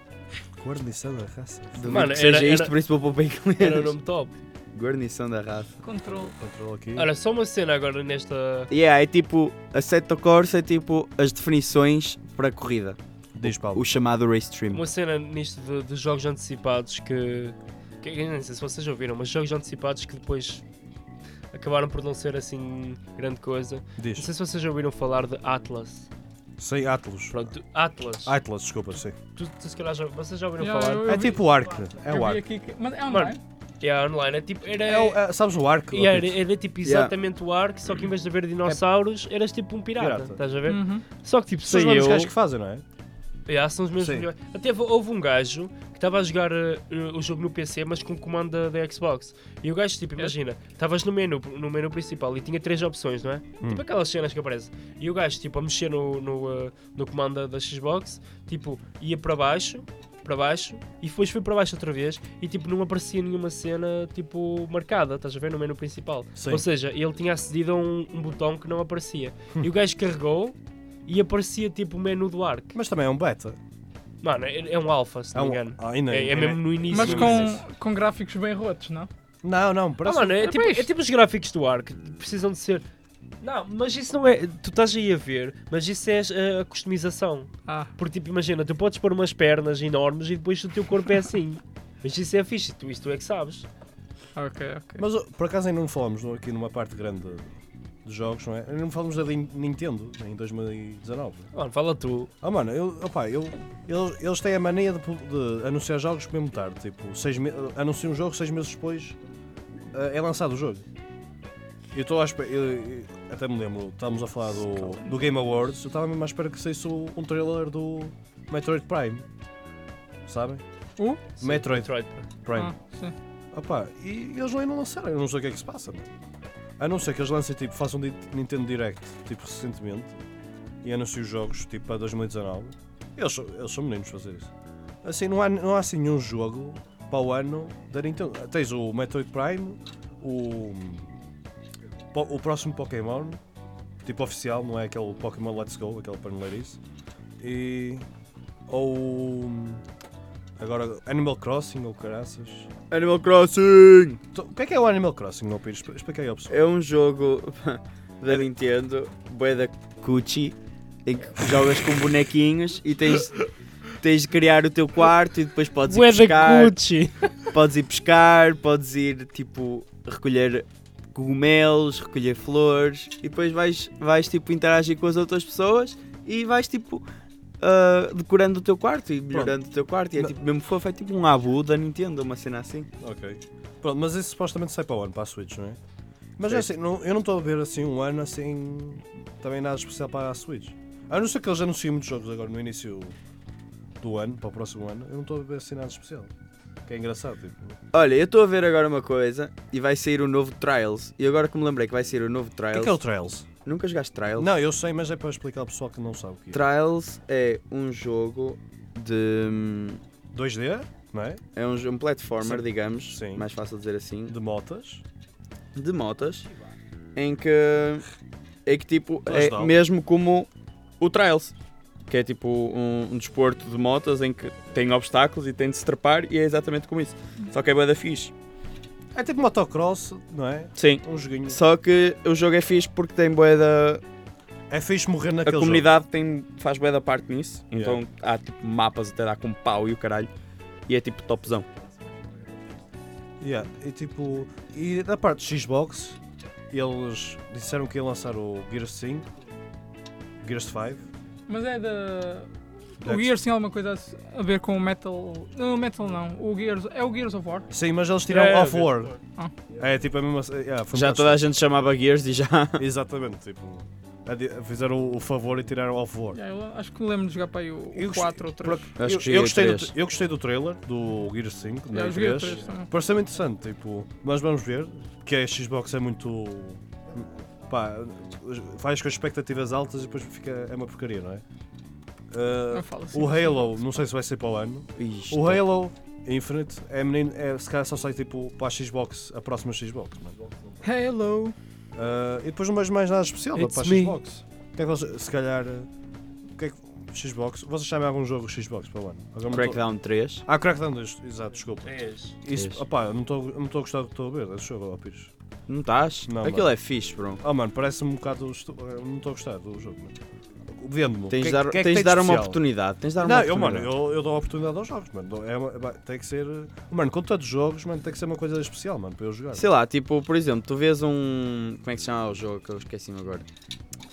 Speaker 2: Guarnição da raça.
Speaker 6: Duvido
Speaker 3: Mano,
Speaker 6: que seja
Speaker 3: era-
Speaker 6: isto,
Speaker 3: era-
Speaker 6: por isso vou pôr para inglês.
Speaker 3: Era o nome top.
Speaker 6: Guarnição da raça.
Speaker 4: Controle.
Speaker 2: Control aqui.
Speaker 3: Olha, só uma cena agora nesta.
Speaker 6: Yeah, é tipo, Assetto Corsa é tipo as definições para a corrida.
Speaker 2: Diz Paulo.
Speaker 6: O chamado race stream.
Speaker 3: Uma cena nisto de, de jogos antecipados que, que. eu Não sei se vocês ouviram, mas jogos antecipados que depois acabaram por não ser assim grande coisa. Não
Speaker 2: Diz.
Speaker 3: sei se vocês já ouviram falar de Atlas.
Speaker 2: Sem Atlas.
Speaker 3: Pronto, Atlas.
Speaker 2: Atlas, desculpa, sim.
Speaker 3: Tu, tu, se calhar já, vocês já ouviram
Speaker 4: Yeah,
Speaker 3: falar?
Speaker 4: eu-
Speaker 2: É tipo o Ark. É
Speaker 4: Eu
Speaker 2: o
Speaker 4: vi
Speaker 2: Ark.
Speaker 4: aqui que- Mas é online.
Speaker 3: Yeah, online. É tipo, era,
Speaker 2: É o- é- sabes o Ark?
Speaker 3: yeah,
Speaker 2: Lopito?
Speaker 3: era, era tipo
Speaker 6: Yeah.
Speaker 3: exatamente o arco, só que em vez de haver dinossauros, eras tipo um pirata.
Speaker 2: Pirata.
Speaker 3: Estás a ver?
Speaker 4: Uhum.
Speaker 3: Só que tipo,
Speaker 2: São os
Speaker 3: saiu.
Speaker 2: mesmos gajos que fazem, não é?
Speaker 3: Yeah, são os mesmos
Speaker 2: Sim.
Speaker 3: melhores. Até houve- houve um gajo que estava a jogar eh, eh, o jogo no PC, mas com comando da- da Xbox. E o gajo, tipo, imagina, estavas no menu, no menu principal e tinha três opções, não é?
Speaker 2: Hum.
Speaker 3: Tipo aquelas cenas que aparecem. E o gajo, tipo, a mexer no, no, eh, no comando da- da Xbox, tipo, ia para baixo, para baixo, e depois foi para baixo outra vez, e tipo, não aparecia nenhuma cena, tipo, marcada, estás a ver, no menu principal.
Speaker 2: Sim.
Speaker 3: Ou seja, ele tinha acedido a um, um botão que não aparecia.
Speaker 2: Hum.
Speaker 3: E o gajo carregou e aparecia, tipo, o menu do arco.
Speaker 2: Mas também é um beta.
Speaker 3: Mano, é, é um alfa, se
Speaker 2: É
Speaker 3: não me
Speaker 2: um.
Speaker 3: engano.
Speaker 2: Ah, ainda
Speaker 3: É, é
Speaker 2: ainda-
Speaker 3: mesmo no início.
Speaker 4: Mas
Speaker 3: no início.
Speaker 4: com, com gráficos bem rotos, não?
Speaker 2: Não, não,
Speaker 3: Ah,
Speaker 2: parece.
Speaker 3: mano, é
Speaker 4: Ah,
Speaker 3: tipo,
Speaker 4: pois.
Speaker 3: é tipo os gráficos do Ark. Precisam de ser. Não, mas isso não é. Tu estás aí a ver, mas isso é eh, a customização.
Speaker 4: Ah,
Speaker 3: Porque, tipo, imagina, tu podes pôr umas pernas enormes e depois o teu corpo é assim. mas isso é fixe, tu, isto tu é que sabes.
Speaker 4: ok, ok.
Speaker 2: Mas oh, por acaso ainda não falamos no- aqui numa parte grande de- de jogos, não é? Ainda não falamos da Nin- Nintendo em 2019.
Speaker 3: Mano, fala tu.
Speaker 2: Ah, mano, eu, opá, eu, eu- eles têm a mania de, pu- de anunciar jogos mesmo tarde. Tipo, seis me- anunciam um jogo, seis meses depois eh, é lançado o jogo. Eu estou à espera. eu- eu- Até me lembro, estávamos a falar do, do Game Awards, eu estava mesmo à espera que saísse o- um trailer do Metroid Prime. Sabem?
Speaker 4: O?
Speaker 2: Metroid
Speaker 3: Detroit.
Speaker 2: Prime.
Speaker 4: Ah, Hum? sim.
Speaker 2: Opá, e eles ainda não lançaram, eu não sei o que é que se passa, mano. A não ser que eles lancem, tipo, façam di- Nintendo Direct, tipo, recentemente, e anunciem os jogos, tipo, para 2019. Eles, são- eles são meninos fazer isso. Assim, não há, não há assim nenhum jogo para o ano da Nintendo. Tens o Metroid Prime, o, po- o próximo Pokémon, tipo, oficial, não é aquele Pokémon Let's Go, aquele paneleirice. E... ou... agora, Animal Crossing, ou caraças...
Speaker 6: Animal Crossing!
Speaker 2: Tu- O que é que é o Animal Crossing, meu Pires? Expl- Expliquei ao pessoal.
Speaker 6: É um jogo da Nintendo, bué da Cuchi, em que jogas com bonequinhos e tens, tens de criar o teu quarto e depois podes ir pescar,
Speaker 3: Gucci.
Speaker 6: podes ir pescar, podes ir tipo recolher cogumelos, recolher flores e depois vais, vais tipo interagir com as outras pessoas e vais tipo ah, decorando o teu quarto e melhorando o teu quarto e é
Speaker 2: Ma-
Speaker 6: tipo mesmo fofo, é tipo um abu da Nintendo, uma cena assim.
Speaker 2: Ok. Pronto, mas isso supostamente sai para o ano, para a Switch, não é? Mas é assim, não- eu não estou a ver assim um ano assim. Também nada especial para a Switch. A não ser que eles anunciem muitos jogos agora no início do ano, para o próximo ano, eu não estou a ver assim nada especial. Que é engraçado, tipo.
Speaker 6: Olha, eu estou a ver agora uma coisa e vai sair o novo Trials. E agora que me lembrei que vai sair o novo
Speaker 2: O que é
Speaker 6: Trials,
Speaker 2: que é o Trails?
Speaker 6: Nunca jogaste Trials?
Speaker 2: Não, eu sei, mas é para explicar ao pessoal que não sabe o que é.
Speaker 6: Trials é um jogo de. hum,
Speaker 2: 2D, não é?
Speaker 6: É um, jo- um platformer,
Speaker 2: Sim.
Speaker 6: digamos,
Speaker 2: Sim.
Speaker 6: mais fácil dizer assim,
Speaker 2: De motas.
Speaker 6: de motas, em que é que tipo,
Speaker 2: Elas
Speaker 6: é
Speaker 2: dão.
Speaker 6: mesmo como o Trials, que é tipo um, um desporto de motas em que tem obstáculos e tem de se trepar e é exatamente como isso. Só que é bué da fixe.
Speaker 2: É tipo motocross, não é?
Speaker 6: Sim.
Speaker 2: Um joguinho.
Speaker 6: Só que o jogo é fixe porque tem bué da...
Speaker 2: É fixe morrer
Speaker 6: A
Speaker 2: naquele
Speaker 6: comunidade tem, faz bué da parte nisso.
Speaker 2: Yeah.
Speaker 6: Então há tipo mapas até dar com pau e o caralho. E é tipo topzão.
Speaker 2: jogo. Yeah. E tipo, e da parte de Xbox, eles disseram que iam lançar o Gears 5, Gears 5.
Speaker 4: Mas é da.
Speaker 2: Da-
Speaker 4: O Gears tem alguma coisa a ver com o Metal. Não, Metal não. O Gears. É o Gears of War.
Speaker 2: Sim, mas eles tiraram
Speaker 3: É,
Speaker 2: Off World.
Speaker 4: Ah.
Speaker 2: É tipo a mesma. Yeah, foi um
Speaker 6: Já
Speaker 2: bocado
Speaker 6: toda a gente chamava Gears e já...
Speaker 2: estranho. Exatamente, tipo. a di- Fizeram o- o favor e tiraram Off World.
Speaker 4: Já, eu acho que lembro de jogar para aí o
Speaker 2: Eu
Speaker 4: 4 ou 3.
Speaker 6: Acho
Speaker 2: Eu,
Speaker 6: que
Speaker 2: eu
Speaker 6: cheguei a
Speaker 2: gostei
Speaker 6: três.
Speaker 2: do, eu gostei do trailer do Gears 5,
Speaker 4: Já
Speaker 2: da
Speaker 4: É, eu joguei o
Speaker 2: 3.
Speaker 4: 3 também.
Speaker 2: Pareceu interessante, tipo, mas vamos ver, que a Xbox é muito. pá, faz com as expectativas altas e depois fica, é uma porcaria, não é? Ah,
Speaker 4: Não fala assim.
Speaker 2: o Halo, não sei se vai ser para o ano.
Speaker 6: Ixi,
Speaker 2: O Halo Infinite é menino, é, se calhar só sai tipo para a Xbox, a próxima Xbox, mano.
Speaker 4: Halo.
Speaker 2: Ah, e depois não vejo mais nada especial
Speaker 3: It's
Speaker 2: para a
Speaker 3: me.
Speaker 2: Xbox. O que é que vocês- se calhar. o que é que- Xbox, vocês sabem algum jogo Xbox para o ano? Agora não tô-
Speaker 6: Crackdown 3.
Speaker 2: Ah, Crackdown 2, exato, desculpa. Isso,
Speaker 6: Isso.
Speaker 2: opá, eu não estou a gostar do que estou a ver, deixa eu ver, ó, Pires.
Speaker 6: Não estás?
Speaker 2: Não,
Speaker 6: Aquilo é fixe, bro.
Speaker 2: Oh mano, parece-me um bocado. estu- eu Não estou a gostar do jogo, mano. Vendo-me.
Speaker 6: Tens
Speaker 2: Que-
Speaker 6: de dar,
Speaker 2: que é que
Speaker 6: tens de
Speaker 2: tem
Speaker 6: dar uma
Speaker 2: especial?
Speaker 6: oportunidade. Tens de dar uma
Speaker 2: Não, eu, mano,
Speaker 6: oportunidade.
Speaker 2: eu, eu dou oportunidade aos jogos, mano. Dou- é uma- vai- tem que ser. eh, Mano, com tantos jogos, mano, tem que ser uma coisa especial, mano, para eu jogar.
Speaker 6: Sei lá, tipo, por exemplo, tu vês um. Como é que se chama o jogo que eu esqueci-me agora?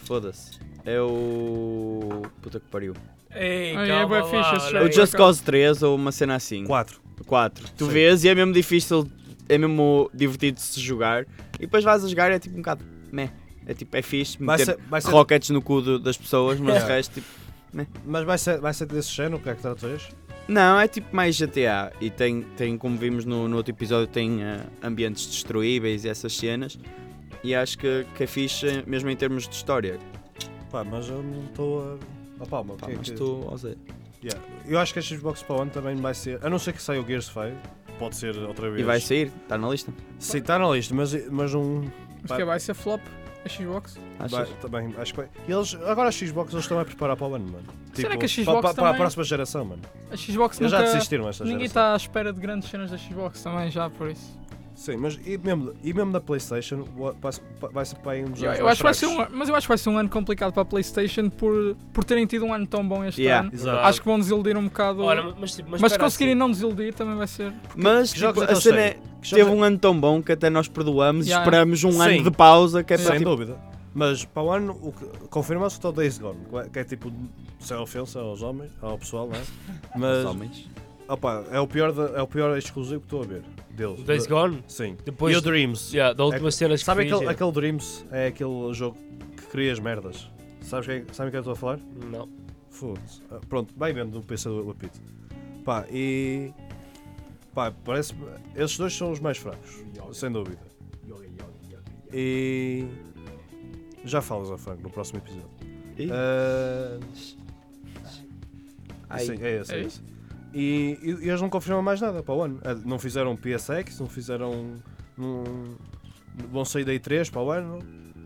Speaker 6: Foda-se. É o. Puta que pariu.
Speaker 3: Ei,
Speaker 4: Ai, é
Speaker 3: calma
Speaker 4: bué
Speaker 3: lá,
Speaker 4: fixe esse
Speaker 3: olha
Speaker 6: É
Speaker 4: jogo.
Speaker 6: o
Speaker 3: aí.
Speaker 6: Just Cause 3 ou uma cena assim.
Speaker 2: 4.
Speaker 6: 4. Tu
Speaker 2: Sim.
Speaker 6: vês e é mesmo difícil. É mesmo divertido de se jogar. E depois vais a jogar e é tipo um bocado. Meh. É tipo, é fixe.
Speaker 2: Vai
Speaker 6: meter
Speaker 2: ser, vai ser, É.
Speaker 6: rockets no cu do- das pessoas, mas o
Speaker 2: Yeah.
Speaker 6: resto, tipo.
Speaker 2: mas vai ser, vai ser desse género, o que é que está 3?
Speaker 6: Não, é tipo mais GTA. E tem, tem como vimos no, no outro episódio, tem eh, ambientes destruíveis e essas cenas. E acho que, que é fixe, eh, mesmo em termos de história.
Speaker 2: Pá, mas eu não estou a. Opá, mas, o
Speaker 6: Pá,
Speaker 2: que é
Speaker 6: mas
Speaker 2: que-
Speaker 6: tu, ó Zé,
Speaker 2: Yeah. Eu acho que a Xbox para o ano também vai ser. A não ser que saia o Gears 5, pode ser outra vez.
Speaker 6: E vai sair, está na lista.
Speaker 2: Sim, está na lista, mas, mas um.
Speaker 4: Mas que é, vai ser flop. A Xbox.
Speaker 6: Achas?
Speaker 2: Vai, também, acho que vai. E eles, agora a Xbox eles estão a preparar para o ano, mano. Tipo,
Speaker 4: Será que a Xbox
Speaker 2: para, para a
Speaker 4: também-
Speaker 2: próxima geração, mano.
Speaker 4: A Xbox
Speaker 2: Eles
Speaker 4: nunca.
Speaker 2: já desistiram esta
Speaker 4: Ninguém
Speaker 2: geração.
Speaker 4: está à espera de grandes cenas da Xbox também, já por isso.
Speaker 2: Sim, mas e mesmo, e mesmo da Playstation o- vai ser- vai ser para aí um dos
Speaker 4: Eu,
Speaker 2: anos
Speaker 4: eu
Speaker 2: mais
Speaker 4: acho que vai ser
Speaker 2: fracos.
Speaker 4: um, ano- mas eu acho que vai ser um ano complicado para a PlayStation por, por terem tido um ano tão bom este
Speaker 6: Yeah.
Speaker 4: ano.
Speaker 2: Exato.
Speaker 3: Verdade.
Speaker 4: Acho que vão desiludir um bocado.
Speaker 3: Ora, mas, tipo,
Speaker 4: mas se
Speaker 3: espera,
Speaker 4: conseguirem
Speaker 3: assim,
Speaker 4: não desiludir também vai ser.
Speaker 6: Mas
Speaker 2: que
Speaker 6: tipo,
Speaker 2: jogos é que
Speaker 6: a
Speaker 2: eles
Speaker 6: cena
Speaker 2: têm?
Speaker 6: é-
Speaker 2: Que
Speaker 6: teve
Speaker 2: jogos é-
Speaker 6: um ano tão bom que até nós perdoamos
Speaker 4: Yeah.
Speaker 6: e esperamos um
Speaker 2: Sim.
Speaker 6: ano de pausa que é para
Speaker 2: Sem
Speaker 6: tipo,
Speaker 2: dúvida. Mas para o ano, o que- confirma-se que está o Days Gone, que é- que é tipo, sem ofensa aos homens, ao pessoal, não é?
Speaker 6: os
Speaker 2: Mas,
Speaker 6: homens.
Speaker 2: opá, é o pior, da- é o pior exclusivo que estou a ver. Deles.
Speaker 3: tipo, Days Gone,
Speaker 2: Sim.
Speaker 3: depois
Speaker 2: e o Dreams.
Speaker 3: yeah, da última
Speaker 2: É-
Speaker 3: cena que
Speaker 2: Sabe
Speaker 3: fiz,
Speaker 2: aquele,
Speaker 3: é-
Speaker 2: aquele Dreams? É aquele jogo que cria as merdas. Sabes quem, sabem quem eu estou a falar?
Speaker 3: Não.
Speaker 2: Foda-se. Ah, Pronto, vai vendo o PC do Apito. Pá, e. Pá, parece. Esses dois são os mais fracos, sem dúvida. E. Já falas a Franco no próximo episódio.
Speaker 6: Ih.
Speaker 2: Ah,
Speaker 6: Ai.
Speaker 2: sim, é esse, é
Speaker 4: É
Speaker 2: esse. E, e- e eles não confirmam mais nada para o ano. Ah, Não fizeram PSX, não fizeram. Não, vão sair da E3 para o ano.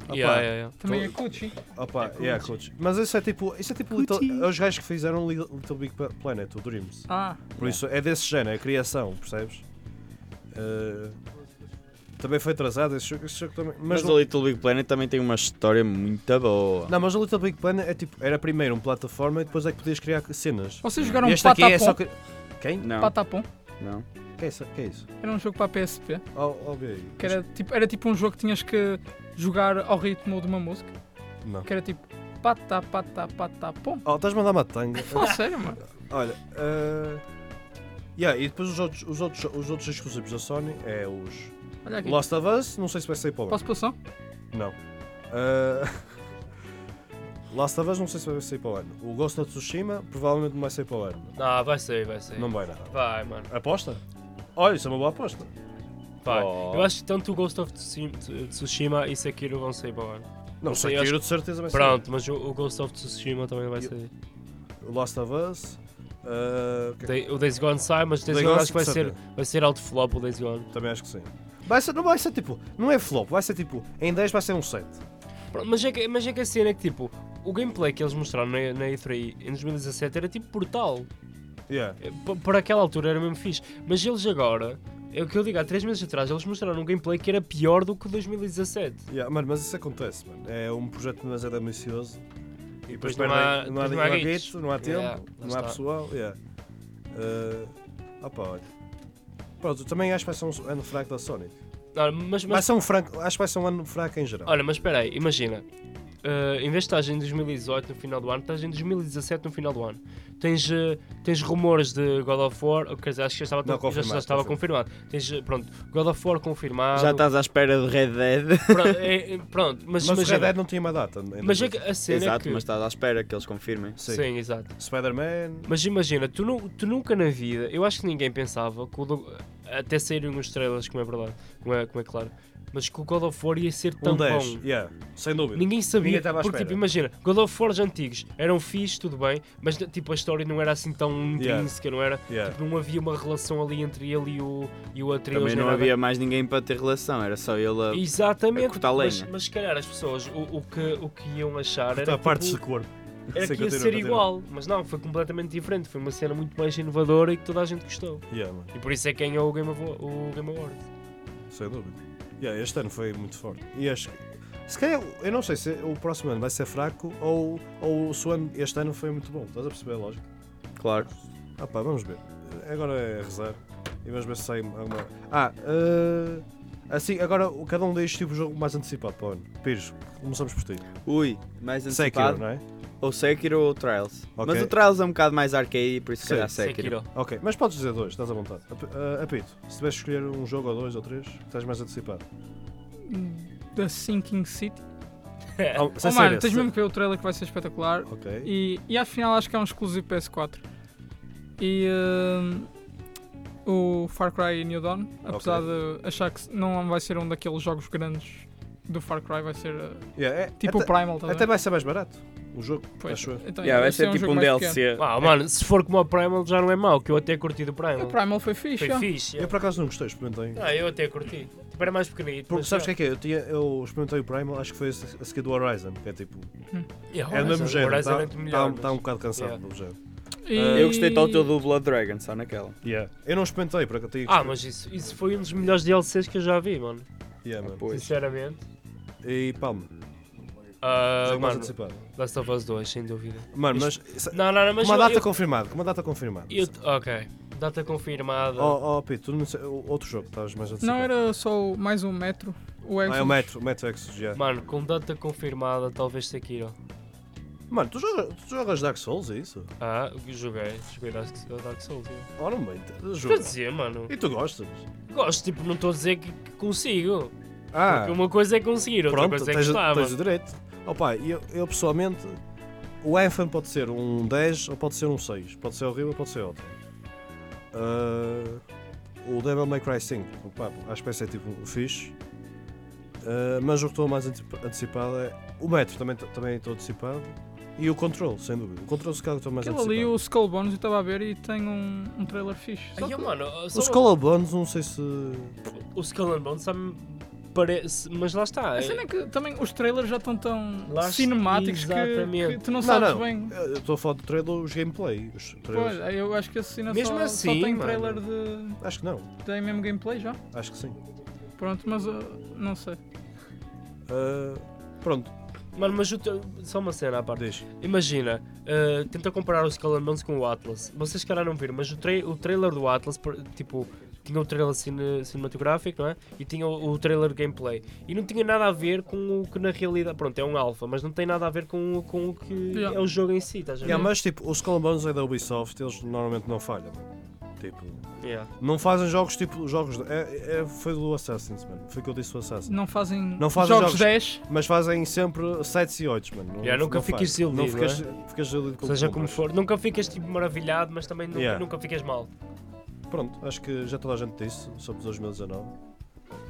Speaker 2: Ah,
Speaker 3: Yeah,
Speaker 2: pá,
Speaker 3: yeah, yeah.
Speaker 4: Também é Cucci.
Speaker 2: Opa, yeah, coach. Mas isso é tipo. Isso é tipo. Little, é os gajos que fizeram Little, Little Big Pa- Planet, o Dreams.
Speaker 4: Ah,
Speaker 2: Por isso é desse género, é criação, percebes? Eh, também foi atrasado esse jogo, esse jogo também. Mas,
Speaker 6: Mas,
Speaker 2: não-
Speaker 6: o Little Big Planet também tem uma história muito boa.
Speaker 2: não, mas o Little Big Planet é tipo. Era primeiro um plataforma e depois é que podias criar cenas.
Speaker 4: vocês jogaram
Speaker 2: este aqui é só
Speaker 4: Patapom?
Speaker 2: que. Quem?
Speaker 6: Não,
Speaker 4: Patapom?
Speaker 6: não.
Speaker 2: Que é isso? Que é isso?
Speaker 4: Era um jogo para a PSP.
Speaker 2: Oh, oh, vê aí.
Speaker 4: Que era tipo, era tipo um jogo que tinhas que jogar ao ritmo de uma música.
Speaker 2: Não.
Speaker 4: Que era tipo pata, pata, pata, pom.
Speaker 2: Oh, estás a mandar uma tanga.
Speaker 4: Fala sério, mano.
Speaker 2: Olha, eh, yeah, e depois os outros, os, outros, os outros exclusivos da Sony é os
Speaker 4: Olha aqui.
Speaker 2: Lost of Us, não sei se vai sair para o ano.
Speaker 4: Posso passar?
Speaker 2: Não. Ah, Last of Us não sei se vai sair para o ano. O Ghost of Tsushima provavelmente não vai sair para o ano.
Speaker 3: Não, Ah, vai sair, vai sair.
Speaker 2: Não vai nada.
Speaker 3: Vai, mano,
Speaker 2: Aposta? Olha, isso é uma boa aposta.
Speaker 3: vai.
Speaker 2: Oh.
Speaker 3: Eu acho que tanto o Ghost of Tsushima Tsushima e Sekiro é vão sair para o ano.
Speaker 2: Não,
Speaker 3: Não sei,
Speaker 2: Sekiro de certeza vai
Speaker 3: Pronto, mas o, o Ghost of Tsushima também vai
Speaker 2: Eu-
Speaker 3: sair.
Speaker 2: ser. Last of Us. ah, é que-
Speaker 3: Dei- O Days Gone sai, mas o Days
Speaker 2: Days
Speaker 3: Gone
Speaker 2: Gone,
Speaker 3: acho que vai
Speaker 2: de
Speaker 3: ser, vai ser alto flop o Days Gone.
Speaker 2: Também acho que sim. Vai ser, não vai ser tipo. Não é flop, vai ser tipo. Em 10 vai ser um 7.
Speaker 3: Pronto, Mas é, que, mas é que a cena é que tipo, o gameplay que eles mostraram na, na E3 em 2017 era tipo brutal.
Speaker 2: Yeah.
Speaker 3: Eh, p- Para aquela altura era mesmo fixe. Mas eles agora, é o que eu digo, há 3 meses atrás eles mostraram um gameplay que era pior do que o 2017.
Speaker 2: Yeah, mano, mas isso acontece, mano. É um projeto demasiado ambicioso.
Speaker 3: E
Speaker 2: Depois
Speaker 3: depois não
Speaker 2: perdem-
Speaker 3: há,
Speaker 2: não há,
Speaker 3: depois
Speaker 2: não há
Speaker 3: guides.
Speaker 2: guito, não há tempo,
Speaker 3: Yeah, lá
Speaker 2: não há
Speaker 3: está.
Speaker 2: pessoal. Yeah. Ah, opa, olha. Pronto, eu também acho que vai ser um ano fraco da Sonic.
Speaker 3: Não, Ah, mas,
Speaker 2: Vai
Speaker 3: mas,
Speaker 2: ser um franco, acho que vai ser um ano fraco em geral.
Speaker 3: olha, mas espera aí, imagina. eh, em vez de estás em 2018 no final do ano, estás em 2017 no final do ano. Tens, eh, tens rumores de God of War, ou quer dizer, acho que já estava,
Speaker 2: Não,
Speaker 3: já,
Speaker 2: confirmado, tá-
Speaker 3: estava confirmado. Tens, eh, pronto, God of War confirmado.
Speaker 6: Já estás à espera de Red Dead.
Speaker 3: Pronto, é- é- pronto, mas,
Speaker 2: mas o
Speaker 3: imagina-
Speaker 2: Red Dead não tinha uma data. ainda
Speaker 3: Mas é
Speaker 2: não
Speaker 3: que a cena é
Speaker 6: Exato,
Speaker 3: que...
Speaker 6: mas estás à espera que eles confirmem.
Speaker 2: sei.
Speaker 3: Sim.
Speaker 2: Sim.
Speaker 3: exato.
Speaker 2: Spider-Man.
Speaker 3: Mas imagina, tu, nu- tu nunca na vida... Eu acho que ninguém pensava, que o do- até saírem os trailers, como é verdade, como é, como é claro, mas que o God of War ia ser é tão
Speaker 2: Um 10.
Speaker 3: bom.
Speaker 2: Yeah, sem dúvida.
Speaker 3: Ninguém sabia,
Speaker 2: Ninguém estava à
Speaker 3: porque tipo,
Speaker 2: espera.
Speaker 3: imagina, God of Wars antigos eram fixe, tudo bem, mas tipo a história não era assim tão
Speaker 2: Yeah.
Speaker 3: intrínseca, não era?
Speaker 2: Yeah.
Speaker 3: Não havia uma relação ali entre ele e o, e o Atreus.
Speaker 6: Também
Speaker 3: nem
Speaker 6: não
Speaker 3: nada.
Speaker 6: havia mais ninguém para ter relação, era só ele a.
Speaker 3: Exatamente,
Speaker 6: a cortar
Speaker 3: mas,
Speaker 6: lenha.
Speaker 3: mas se calhar as pessoas o, o que, o que iam achar era
Speaker 2: Cortar partes
Speaker 3: tipo,
Speaker 2: do corpo.
Speaker 3: Era
Speaker 2: Sim,
Speaker 3: que ia
Speaker 2: continua,
Speaker 3: ser
Speaker 2: continua.
Speaker 3: igual, mas não, foi completamente diferente. Foi uma cena muito mais inovadora e que toda a gente gostou.
Speaker 2: Yeah, mano,
Speaker 3: E por isso é que ganhou o Game, Avo- o Game Awards.
Speaker 2: sem dúvida. Yeah, este ano foi muito forte. E acho que. Se calhar, eu não sei se o próximo ano vai ser fraco ou, ou se o ano, este ano foi muito bom. Estás a perceber a lógica?
Speaker 6: Claro.
Speaker 2: Ah pá, vamos ver. Agora é rezar. E vamos ver se sai alguma. Ah, eh, assim, agora o- cada um deixa tipo o jogo mais antecipado para o ano. Pires, começamos por ti.
Speaker 6: Ui, mais
Speaker 2: Sekiro,
Speaker 6: antecipado.
Speaker 2: não é?
Speaker 6: Ou Sekiro ou Trials.
Speaker 2: Ok.
Speaker 6: Mas o Trials é um bocado mais arcade, por isso
Speaker 2: Sim.
Speaker 6: será Sekiro.
Speaker 3: Sekiro.
Speaker 2: Ok, mas podes dizer dois, estás à vontade. Ap- eh, apito, se tiveres de escolher um jogo ou dois ou três, estás mais antecipado.
Speaker 4: The Sinking City.
Speaker 2: Ah, sem
Speaker 4: oh,
Speaker 2: ser
Speaker 4: mano,
Speaker 2: esse.
Speaker 4: tens mesmo que ver o trailer que vai ser espetacular.
Speaker 2: Ok.
Speaker 4: E, e afinal acho que é um exclusivo PS4. E hum, o Far Cry New Dawn, apesar de achar que não vai ser um daqueles jogos grandes do Far Cry, vai ser uh,
Speaker 2: Yeah, é-
Speaker 4: tipo o
Speaker 2: até,
Speaker 4: Primal também.
Speaker 2: até vai ser mais barato o jogo, acho eu.
Speaker 4: então,
Speaker 6: Yeah, vai
Speaker 4: deve
Speaker 6: ser tipo
Speaker 4: jogo
Speaker 6: um
Speaker 4: mais pequeno.
Speaker 6: DLC.
Speaker 3: Ah, mano, se for como o Primal já não é mau, que eu até curti do Primal.
Speaker 4: O Primal foi É fixe.
Speaker 3: Foi
Speaker 4: já.
Speaker 3: fixe.
Speaker 2: Eu por acaso não gostei, experimentei.
Speaker 3: Ah, eu até curti. Tipo, era mais pequenito.
Speaker 2: Porque sabes o que é que é? Eu, tinha, eu experimentei o Primal, acho que foi esse- a seguir do Horizon, que é tipo.
Speaker 3: que é?
Speaker 2: É o mesmo género,
Speaker 3: Horizon
Speaker 2: está
Speaker 3: é muito melhor,
Speaker 2: um
Speaker 3: mas-
Speaker 2: bocado cansado
Speaker 3: Yeah.
Speaker 2: do género.
Speaker 4: E-
Speaker 6: Ah, Eu gostei tanto do Blood Dragon, só naquela.
Speaker 2: Eu não experimentei, porque eu tinha que
Speaker 3: Ah, mas isso, isso foi um dos melhores DLCs que eu já vi, mano.
Speaker 2: experimentar. Yeah, mano.
Speaker 6: Pois.
Speaker 3: Sinceramente.
Speaker 2: E palma,
Speaker 3: Ah,
Speaker 2: jogo mais
Speaker 3: mano,
Speaker 2: antecipado.
Speaker 3: Last of Us 2, sem dúvida.
Speaker 2: Mano, mas. se-
Speaker 3: Não, não, não, mas
Speaker 2: Uma
Speaker 3: eu-
Speaker 2: data
Speaker 3: eu-
Speaker 2: confirmada, uma data confirmada.
Speaker 3: eu- Ok, data confirmada.
Speaker 2: Oh, oh Pito, tu não sei, o- outro jogo que estavas mais antecipado.
Speaker 4: Não era só o- mais um metro. O
Speaker 2: Ah, é o
Speaker 4: Exodus.
Speaker 2: Metro, o Metro Exodus, já.
Speaker 3: Mano, com data confirmada, talvez Sekiro.
Speaker 2: Mano, tu jogas, tu jogas Dark Souls, é isso?
Speaker 3: Ah, joguei. Joguei Dark, Dark Souls. é.
Speaker 2: Ora bem, tu-
Speaker 3: Quer
Speaker 2: joga.
Speaker 3: dizer, mano,
Speaker 2: E tu gostas?
Speaker 3: gosto, tipo, não estou a dizer que, que consigo.
Speaker 2: Ah,
Speaker 3: Porque uma coisa é conseguir, outra
Speaker 2: pronto,
Speaker 3: coisa é
Speaker 2: tens,
Speaker 3: gostava.
Speaker 2: tens o direito. Opa, eu, eu pessoalmente, o Anthem pode ser um 10 ou pode ser um 6. Pode ser horrível, pode ser ótimo. Ah, o Devil May Cry 5, opa, acho que vai ser tipo fixe. Ah, mas o que estou mais antip- antecipado é. O Metro também t- também estou antecipado. E o Control, sem dúvida. O Control, se calhar, estou mais
Speaker 4: Aquele ali,
Speaker 2: antecipado.
Speaker 4: o Skull Bones, eu estava a ver e tem um, um trailer fixe. Só
Speaker 3: Ai,
Speaker 4: que-
Speaker 3: mano,
Speaker 2: O
Speaker 3: só-
Speaker 2: Skull of Bones, não sei se.
Speaker 3: o Skull and Bones sabe parece, mas lá está.
Speaker 4: A cena é que também os trailers já estão tão
Speaker 3: Lá está-
Speaker 4: cinemáticos que,
Speaker 3: Exatamente.
Speaker 4: que tu não sabes
Speaker 2: não.
Speaker 4: bem.
Speaker 2: Eu Estou a falar do trailer, os gameplay. Os
Speaker 4: Pois,
Speaker 2: trailers.
Speaker 4: eu acho que esse cena
Speaker 3: Mesmo
Speaker 4: só, só
Speaker 3: assim,
Speaker 4: tem
Speaker 3: mano.
Speaker 4: trailer de.
Speaker 2: Acho que não,
Speaker 4: tem mesmo gameplay já.
Speaker 2: acho que sim.
Speaker 4: Pronto, mas uh, não sei.
Speaker 2: Ah, pronto,
Speaker 3: Mano, mas o teu- só uma cena à parte.
Speaker 2: deixa.
Speaker 3: Imagina, eh, tenta comparar o Skull and Bones com o Atlas. Vocês, se calhar, não viram, mas o, trai- o trailer do Atlas, por- tipo, tinha o trailer cine- cinematográfico, não é? E tinha o, o trailer gameplay. E não tinha nada a ver com o que na realidade. Pronto, é um alfa, mas não tem nada a ver com, o- com o que
Speaker 4: Yeah.
Speaker 3: é o jogo em si, estás a ver?
Speaker 2: Yeah, mas tipo, o Skull and Bones é da Ubisoft, eles normalmente não falham. Tipo,
Speaker 3: Yeah.
Speaker 2: não fazem jogos tipo jogos. de- É, é- foi do Assassin's, mano. Foi o que eu disse do Assassin's.
Speaker 4: Não fazem,
Speaker 2: Não fazem
Speaker 4: jogos,
Speaker 2: jogos.
Speaker 4: 10.
Speaker 2: Mas fazem sempre 7 e 8, mano. Não,
Speaker 3: Yeah, nunca
Speaker 2: não
Speaker 3: fiques
Speaker 2: falham. Não
Speaker 3: desiludido,
Speaker 2: ficas, ficas desiludido com o que
Speaker 3: é? Seja como
Speaker 2: compras.
Speaker 3: for, nunca ficas tipo maravilhado, mas também nunca,
Speaker 2: Yeah.
Speaker 3: nunca ficas mal.
Speaker 2: Pronto, acho que já toda a gente disse sobre 2019.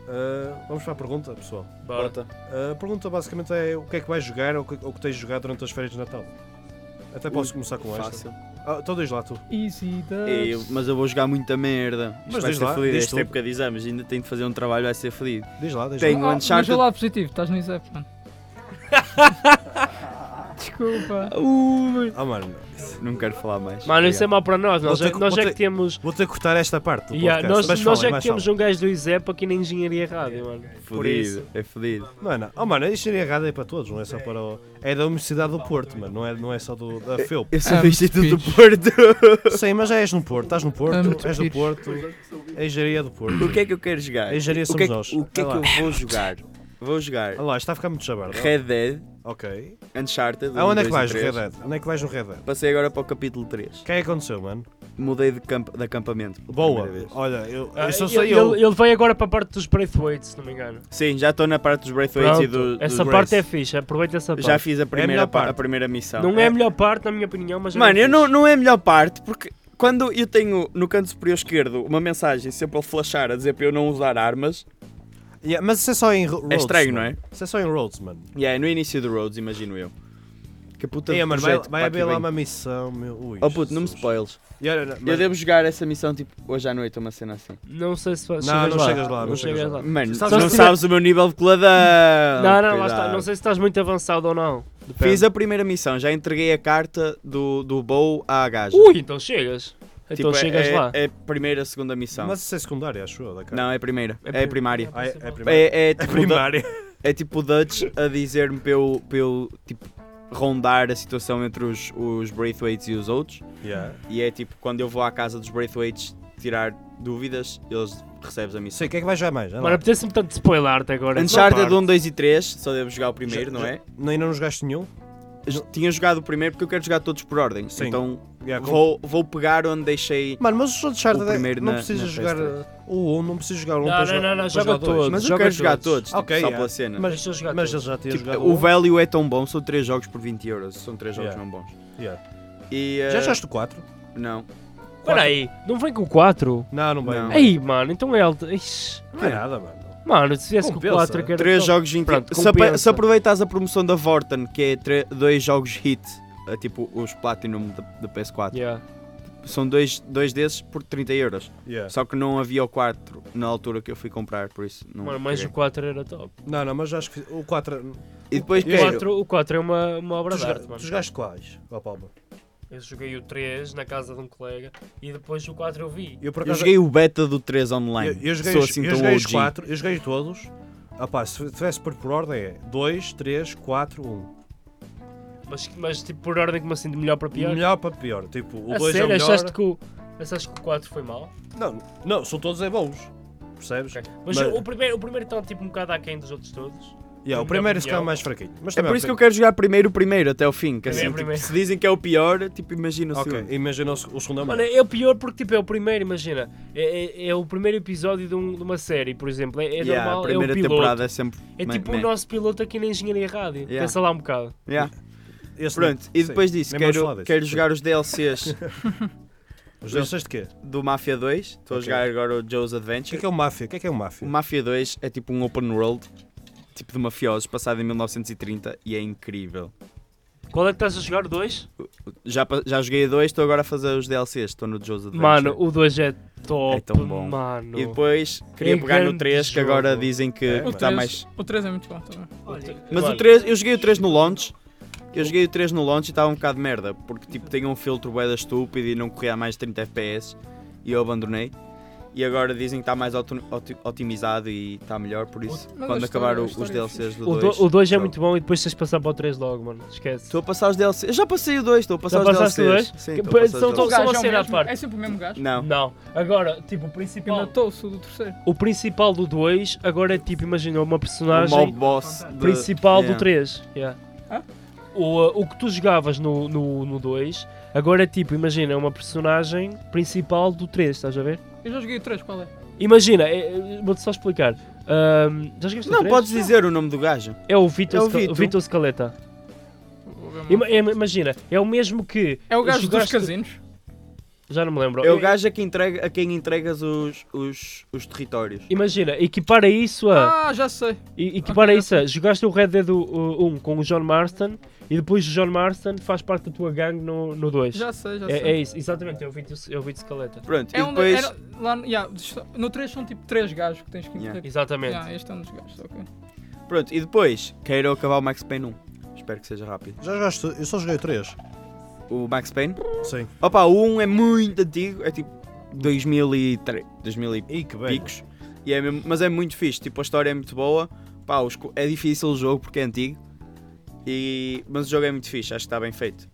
Speaker 2: Ah, vamos para a pergunta, pessoal.
Speaker 3: Bora.
Speaker 2: Ah, a pergunta basicamente é o que é que vais jogar ou o que, ou o que tens jogado durante as férias de Natal? Até posso começar com esta.
Speaker 6: Fácil.
Speaker 2: Ah, então diz lá tu.
Speaker 4: Easy
Speaker 6: Ei, eu-
Speaker 4: dubs.
Speaker 6: mas eu vou jogar muita merda.
Speaker 2: Mas
Speaker 6: Isto vai
Speaker 2: diz
Speaker 6: ser
Speaker 2: lá,
Speaker 6: fodido.
Speaker 2: diz
Speaker 6: Esta
Speaker 2: tu.
Speaker 6: época de exames ainda tenho de fazer um trabalho, vai ser fodido.
Speaker 2: Diz lá, diz
Speaker 6: Tem-
Speaker 2: lá.
Speaker 6: o
Speaker 4: Ah, mas
Speaker 6: Uncharted-
Speaker 4: é lá positivo, estás no Isep, mano. Desculpa.
Speaker 2: Ah, mano,
Speaker 6: Não quero falar mais.
Speaker 3: Mano, isso é
Speaker 6: Obrigado.
Speaker 3: mau para nós. Nós,
Speaker 2: Vou
Speaker 3: já,
Speaker 2: ter que-
Speaker 3: nós
Speaker 2: vou
Speaker 3: já que
Speaker 2: ter-
Speaker 3: temos.
Speaker 2: vou ter que cortar esta parte do
Speaker 3: Yeah,
Speaker 2: podcast.
Speaker 3: nós
Speaker 2: mas
Speaker 3: nós
Speaker 2: falem,
Speaker 3: já que
Speaker 2: mais
Speaker 3: temos
Speaker 2: falem.
Speaker 3: um gajo do ISEP aqui na Engenharia Rádio, mano. Por isso.
Speaker 6: Fodido, é fodido.
Speaker 2: Mano, oh, mano, a engenharia errada é para todos, não é só para o... É da Universidade do Porto, mano, não é, não é só do, da FEUP.
Speaker 6: Eu sou
Speaker 4: Ah,
Speaker 6: do Instituto do
Speaker 4: fixe.
Speaker 6: Porto.
Speaker 2: Sim, mas já és no Porto, estás no Porto,
Speaker 4: Ah, muito
Speaker 2: és do
Speaker 4: fixe.
Speaker 2: Porto, a engenharia é do Porto.
Speaker 6: O que é que eu quero jogar?
Speaker 2: A engenharia
Speaker 6: o que é
Speaker 2: somos
Speaker 6: que,
Speaker 2: nós.
Speaker 6: O que é que
Speaker 2: Vai lá.
Speaker 6: eu vou jogar? Vou jogar
Speaker 2: Olha lá, isto está a ficar muito chabardo.
Speaker 6: Red Dead,
Speaker 2: Ok.
Speaker 6: Uncharted. um,
Speaker 2: Aonde é
Speaker 6: dois
Speaker 2: que
Speaker 6: e
Speaker 2: vais,
Speaker 6: três.
Speaker 2: Red Dead? Onde é que vais no Red Dead?
Speaker 6: Passei agora para o capítulo 3.
Speaker 2: O que é que aconteceu, mano?
Speaker 6: Mudei de, camp de acampamento. pela
Speaker 2: Boa.
Speaker 6: primeira vez.
Speaker 2: Olha, eu,
Speaker 3: Ah,
Speaker 2: eu só
Speaker 3: ele-
Speaker 2: sei eu.
Speaker 3: ele, ele veio agora para a parte dos Braithwaite, se não me engano.
Speaker 6: Sim, já estou na parte dos Braithwaite e do,
Speaker 3: Pronto,
Speaker 6: do
Speaker 3: essa parte é fixe, aproveita essa parte.
Speaker 6: Já fiz a primeira,
Speaker 2: É melhor
Speaker 6: pa-
Speaker 2: parte.
Speaker 6: a primeira missão.
Speaker 3: Não é a melhor parte, na minha opinião, mas. é
Speaker 6: Mano,
Speaker 3: bem
Speaker 6: eu não,
Speaker 3: fixe.
Speaker 6: não é a melhor parte, porque quando eu tenho no canto superior esquerdo uma mensagem sempre a flashar a dizer para eu não usar armas,
Speaker 2: Yeah, mas isso é só em Ro- Rhodes.
Speaker 6: é estranho, não
Speaker 2: mano.
Speaker 6: é?
Speaker 2: Isso é só em Rhodes, mano.
Speaker 6: E é no início do Roads, imagino eu. Que puta
Speaker 2: É,
Speaker 6: de
Speaker 2: mano, vai,
Speaker 6: projeto que
Speaker 2: vai
Speaker 6: pá,
Speaker 2: haver
Speaker 6: que
Speaker 2: lá
Speaker 6: vem.
Speaker 2: uma missão, meu. Ui,
Speaker 6: Oh puto, não me
Speaker 2: Jesus.
Speaker 6: spoils.
Speaker 2: E olha, não-
Speaker 6: Eu
Speaker 2: mano,
Speaker 6: devo jogar essa missão tipo hoje à noite, uma cena assim.
Speaker 3: Não sei se fa-
Speaker 2: Não, não chegas lá, não chegas lá.
Speaker 6: Mano,
Speaker 2: Sabes-
Speaker 6: tu não
Speaker 3: Sabes-
Speaker 6: sabes o meu nível de coladão.
Speaker 3: Não, não, lá está.
Speaker 6: Cuidado.
Speaker 3: Não sei se estás muito avançado ou não.
Speaker 6: Fiz a primeira missão, já entreguei a carta do, do bow à gaja.
Speaker 3: Ui, então chegas.
Speaker 6: Tipo,
Speaker 3: Então
Speaker 6: é-
Speaker 3: chegas
Speaker 6: é,
Speaker 3: lá.
Speaker 6: É a primeira, segunda missão.
Speaker 2: Mas isso é secundária, acho eu, da cara.
Speaker 6: Não, é a primeira.
Speaker 3: É
Speaker 6: É,
Speaker 3: prim-
Speaker 6: a primária.
Speaker 2: Ah, é, é primária.
Speaker 6: É, é tipo o Da-
Speaker 2: primária.
Speaker 6: é tipo o Dutch a dizer-me para eu, para eu, tipo, rondar a situação entre os, os Braithwaites e os outros.
Speaker 2: Yeah.
Speaker 6: E é tipo, quando eu vou à casa dos Braithwaites tirar dúvidas, eles recebem a missão.
Speaker 2: Sei, o que é que vais jogar mais? Olha lá.
Speaker 3: Mano, apetece-me tanto spoiler-te agora.
Speaker 6: Uncharted
Speaker 2: parte.
Speaker 6: 1, 2 e 3, só devo jogar o primeiro,
Speaker 2: Já-
Speaker 6: não
Speaker 2: já-
Speaker 6: é?
Speaker 2: Nem não jogaste nenhum?
Speaker 6: J- Tinha jogado o primeiro porque eu quero jogar todos por ordem.
Speaker 2: Sim.
Speaker 6: Então
Speaker 2: Yeah, com-
Speaker 6: vou, vou pegar onde deixei.
Speaker 2: Mano, mas os Uncharted
Speaker 6: O
Speaker 2: é-
Speaker 6: primeiro
Speaker 2: não
Speaker 6: na-
Speaker 2: precisas
Speaker 6: na
Speaker 2: jogar
Speaker 6: PS3.
Speaker 2: uh, o 1, não precisas jogar o 1
Speaker 3: Não,
Speaker 2: para
Speaker 3: não,
Speaker 2: jogar- um.
Speaker 3: não, não,
Speaker 2: para
Speaker 3: joga
Speaker 2: jogar dois.
Speaker 3: todos.
Speaker 6: Mas eu
Speaker 3: joga
Speaker 6: quero jogar
Speaker 3: todos.
Speaker 6: todos, tipo,
Speaker 2: Ok,
Speaker 6: só
Speaker 2: yeah.
Speaker 6: pela cena.
Speaker 2: Mas,
Speaker 3: Deixa eu jogar
Speaker 2: mas
Speaker 3: todos.
Speaker 2: eles já tinham
Speaker 6: Tipo,
Speaker 2: jogado
Speaker 6: o
Speaker 2: um.
Speaker 6: value é tão bom, são 3 jogos por 20 euros. São 3 jogos
Speaker 2: Yeah.
Speaker 6: não bons.
Speaker 2: Yeah.
Speaker 6: E,
Speaker 2: Já
Speaker 6: eh,
Speaker 2: jogaste o 4?
Speaker 6: Não.
Speaker 3: Espera aí, não vem com o 4?
Speaker 2: Não, não bem.
Speaker 6: Não.
Speaker 3: Aí, mano, então é alto. Ixi.
Speaker 2: Não é nada, mano.
Speaker 3: Mano, se viesse com o
Speaker 2: Compensa.
Speaker 3: 4 que era
Speaker 6: 3
Speaker 3: top.
Speaker 6: jogos 20
Speaker 3: Pronto,
Speaker 6: se, apa-
Speaker 3: compensa.
Speaker 6: se aproveitares a promoção da Vorten, que é 2 jogos hit, eh, tipo os Platinum da, da PS4,
Speaker 3: Yeah.
Speaker 6: são 2 dois, dois desses por 30 euros.
Speaker 2: Yeah.
Speaker 6: Só que não havia o 4 na altura que eu fui comprar, por isso não.
Speaker 3: Mano, mas o
Speaker 6: peguei.
Speaker 3: 4 era top.
Speaker 2: Não, não, mas acho que o 4.
Speaker 6: E depois
Speaker 3: O
Speaker 6: quero.
Speaker 3: 4, o 4 é uma, uma obra
Speaker 2: Tu,
Speaker 3: de
Speaker 2: joga...
Speaker 3: arte, mano.
Speaker 2: tu jogaste quais? Ó, Palma.
Speaker 3: Eu joguei o 3 na casa de um colega e depois o 4 eu vi.
Speaker 2: Eu por
Speaker 6: Eu
Speaker 2: acaso.
Speaker 6: joguei o beta do 3 online.
Speaker 2: eu, eu joguei,
Speaker 6: Sou
Speaker 2: os-
Speaker 6: assim
Speaker 2: eu
Speaker 6: tão
Speaker 2: joguei os
Speaker 6: OG.
Speaker 2: 4, eu joguei todos. Ah, pá, se tivesse por, por ordem é 2, 3, 4, 1.
Speaker 3: Mas, mas tipo, por ordem como assim, de melhor para pior?
Speaker 2: Melhor para pior. Tipo, o
Speaker 3: a
Speaker 2: 2 é o
Speaker 3: sério,
Speaker 2: melhor.
Speaker 3: achaste que o, achaste que o 4 foi mal?
Speaker 2: Não, não, são todos é bons. Percebes?
Speaker 3: Ok. Mas,
Speaker 2: Mas-
Speaker 3: o primeiro, o primeiro está tipo um bocado aquém dos outros todos.
Speaker 2: Yeah, o
Speaker 3: Melhor
Speaker 2: primeiro
Speaker 3: opinião.
Speaker 2: se calhar mais fraquinho. Mas
Speaker 6: É
Speaker 2: também
Speaker 6: por isso que eu quero jogar primeiro o primeiro até ao fim. Que assim,
Speaker 3: Primeiro,
Speaker 6: tipo,
Speaker 3: primeiro.
Speaker 6: se dizem que é o pior, tipo, imagina o
Speaker 2: Ok, É
Speaker 3: assim.
Speaker 6: segundo.
Speaker 2: imagina o se- o segundo é o
Speaker 3: Mano,
Speaker 2: melhor.
Speaker 3: é o pior porque tipo, é o primeiro, imagina. É, é- é o primeiro episódio de, um- de uma série, por exemplo. É, é
Speaker 6: Yeah,
Speaker 3: normal,
Speaker 6: a primeira
Speaker 3: é o piloto.
Speaker 6: temporada é sempre.
Speaker 3: É
Speaker 6: man-
Speaker 3: tipo
Speaker 6: man.
Speaker 3: o nosso piloto aqui na Engenharia Rádio.
Speaker 6: Yeah.
Speaker 3: Pensa lá um bocado.
Speaker 6: Yeah.
Speaker 2: Esse-
Speaker 6: Pronto, e
Speaker 2: tipo, sim.
Speaker 6: depois disso,
Speaker 2: Nem vamos
Speaker 6: quero,
Speaker 2: falar disso.
Speaker 6: quero
Speaker 2: Sim.
Speaker 6: jogar os DLCs
Speaker 2: Os DLCs de quê?
Speaker 6: do Mafia 2. Estou a
Speaker 2: Ok.
Speaker 6: jogar agora o Joe's
Speaker 2: O que é
Speaker 6: Adventure.
Speaker 2: que é o Máfia? O que é que é o Máfia?
Speaker 6: O Mafia 2 é tipo um open world, tipo de mafiosos, passado em 1930 e é incrível.
Speaker 3: Qual é que estás a jogar? O 2?
Speaker 6: Já, pa- já joguei a 2, estou agora a fazer os DLCs, estou no Joe's Adventure.
Speaker 3: Mano, o 2 é top.
Speaker 6: É tão bom.
Speaker 3: Mano.
Speaker 6: E depois queria
Speaker 3: É
Speaker 6: pegar no
Speaker 3: grande
Speaker 6: 3, que
Speaker 3: jogo.
Speaker 6: agora dizem que
Speaker 2: É,
Speaker 6: que
Speaker 4: O 3,
Speaker 6: está Tá mais.
Speaker 4: o 3 é muito bom também.
Speaker 6: Mas o
Speaker 3: Olha,
Speaker 6: 3, eu joguei o 3 no launch. Eu joguei o 3 no launch e estava um bocado de merda, porque tipo tinha um filtro bué da estúpido e não corria a mais de 30 FPS e eu abandonei. E agora dizem que está mais auto- auto- otimizado e está melhor, por isso
Speaker 4: Mas a
Speaker 6: quando
Speaker 4: história-
Speaker 6: acabar
Speaker 4: a
Speaker 6: o- os
Speaker 4: história é
Speaker 6: DLCs do
Speaker 3: O 2
Speaker 6: 2.
Speaker 3: o dois é
Speaker 6: jogo.
Speaker 3: muito bom e depois tens de passar para o 3 logo, mano. Esquece.
Speaker 6: Estou a passar os DLCs. Eu já passei o 2, estou a passar
Speaker 3: Já
Speaker 6: os
Speaker 3: passaste o
Speaker 6: DLCs.
Speaker 3: dois?
Speaker 6: Sim,
Speaker 3: Que-
Speaker 6: estou a passar
Speaker 3: só-
Speaker 6: os
Speaker 3: só-
Speaker 6: DLCs.
Speaker 3: uma cena à
Speaker 4: mesmo,
Speaker 3: parte.
Speaker 4: é sempre o mesmo gajo.
Speaker 6: Não.
Speaker 3: Não. Agora, tipo, o
Speaker 4: Eu
Speaker 3: principal.
Speaker 4: matou-se do terceiro.
Speaker 3: O principal do 2 agora é tipo, imagina, uma
Speaker 6: O
Speaker 3: personagem
Speaker 6: mob boss de-
Speaker 3: principal
Speaker 6: Yeah.
Speaker 3: do 3. Yeah.
Speaker 4: Hã?
Speaker 3: O, uh, o que tu jogavas no 2 no, dois, agora é tipo, imagina, é uma personagem principal do 3, estás a ver?
Speaker 4: Eu já joguei o 3, qual é?
Speaker 3: Imagina, é- é- vou-te só explicar. Ahm, já jogaste o
Speaker 6: Não,
Speaker 3: três?
Speaker 6: podes dizer o nome do gajo.
Speaker 3: É o Vito,
Speaker 6: É o
Speaker 3: Sca-
Speaker 6: Vito.
Speaker 3: Vito Scaleta.
Speaker 4: Vou ver uma
Speaker 3: Ima-
Speaker 4: foto.
Speaker 3: é- imagina, é o mesmo que.
Speaker 4: É o gajo dos
Speaker 3: jogaste-
Speaker 4: casinos.
Speaker 3: Já não me lembro.
Speaker 6: É o
Speaker 3: E-
Speaker 6: gajo a quem, entrega, a quem entregas os, os, os territórios.
Speaker 3: Imagina, equipara isso a.
Speaker 4: Ah, já sei.
Speaker 3: E, e que para
Speaker 4: Ok.
Speaker 3: isso, é, jogaste o Red Dead 1 com o John Marston e depois o John Marston faz parte da tua gangue no 2.
Speaker 4: Já sei, já sei.
Speaker 3: é, é isso, exatamente, é o vídeo, é o vídeo escaleta.
Speaker 6: Pronto,
Speaker 4: É
Speaker 6: e
Speaker 4: um
Speaker 6: depois.
Speaker 4: era, lá, no- yeah, no 3 são tipo 3 gajos que tens que
Speaker 6: Yeah.
Speaker 4: meter.
Speaker 3: Exatamente.
Speaker 4: Yeah, este é um dos gajos, ok.
Speaker 6: Pronto, e depois quero acabar o Max Payne 1. Espero que seja rápido.
Speaker 2: Já jogaste? Eu só joguei o 3.
Speaker 6: O Max Payne.
Speaker 2: Sim.
Speaker 6: Opa, o 1 é muito antigo, é tipo 2003, 2000 e
Speaker 2: E que bem.
Speaker 6: picos. E é mesmo- mas é muito fixe, tipo, a história é muito boa. Pá, os co- é difícil o jogo porque é antigo. E... Mas o jogo é muito fixe, acho que está bem feito.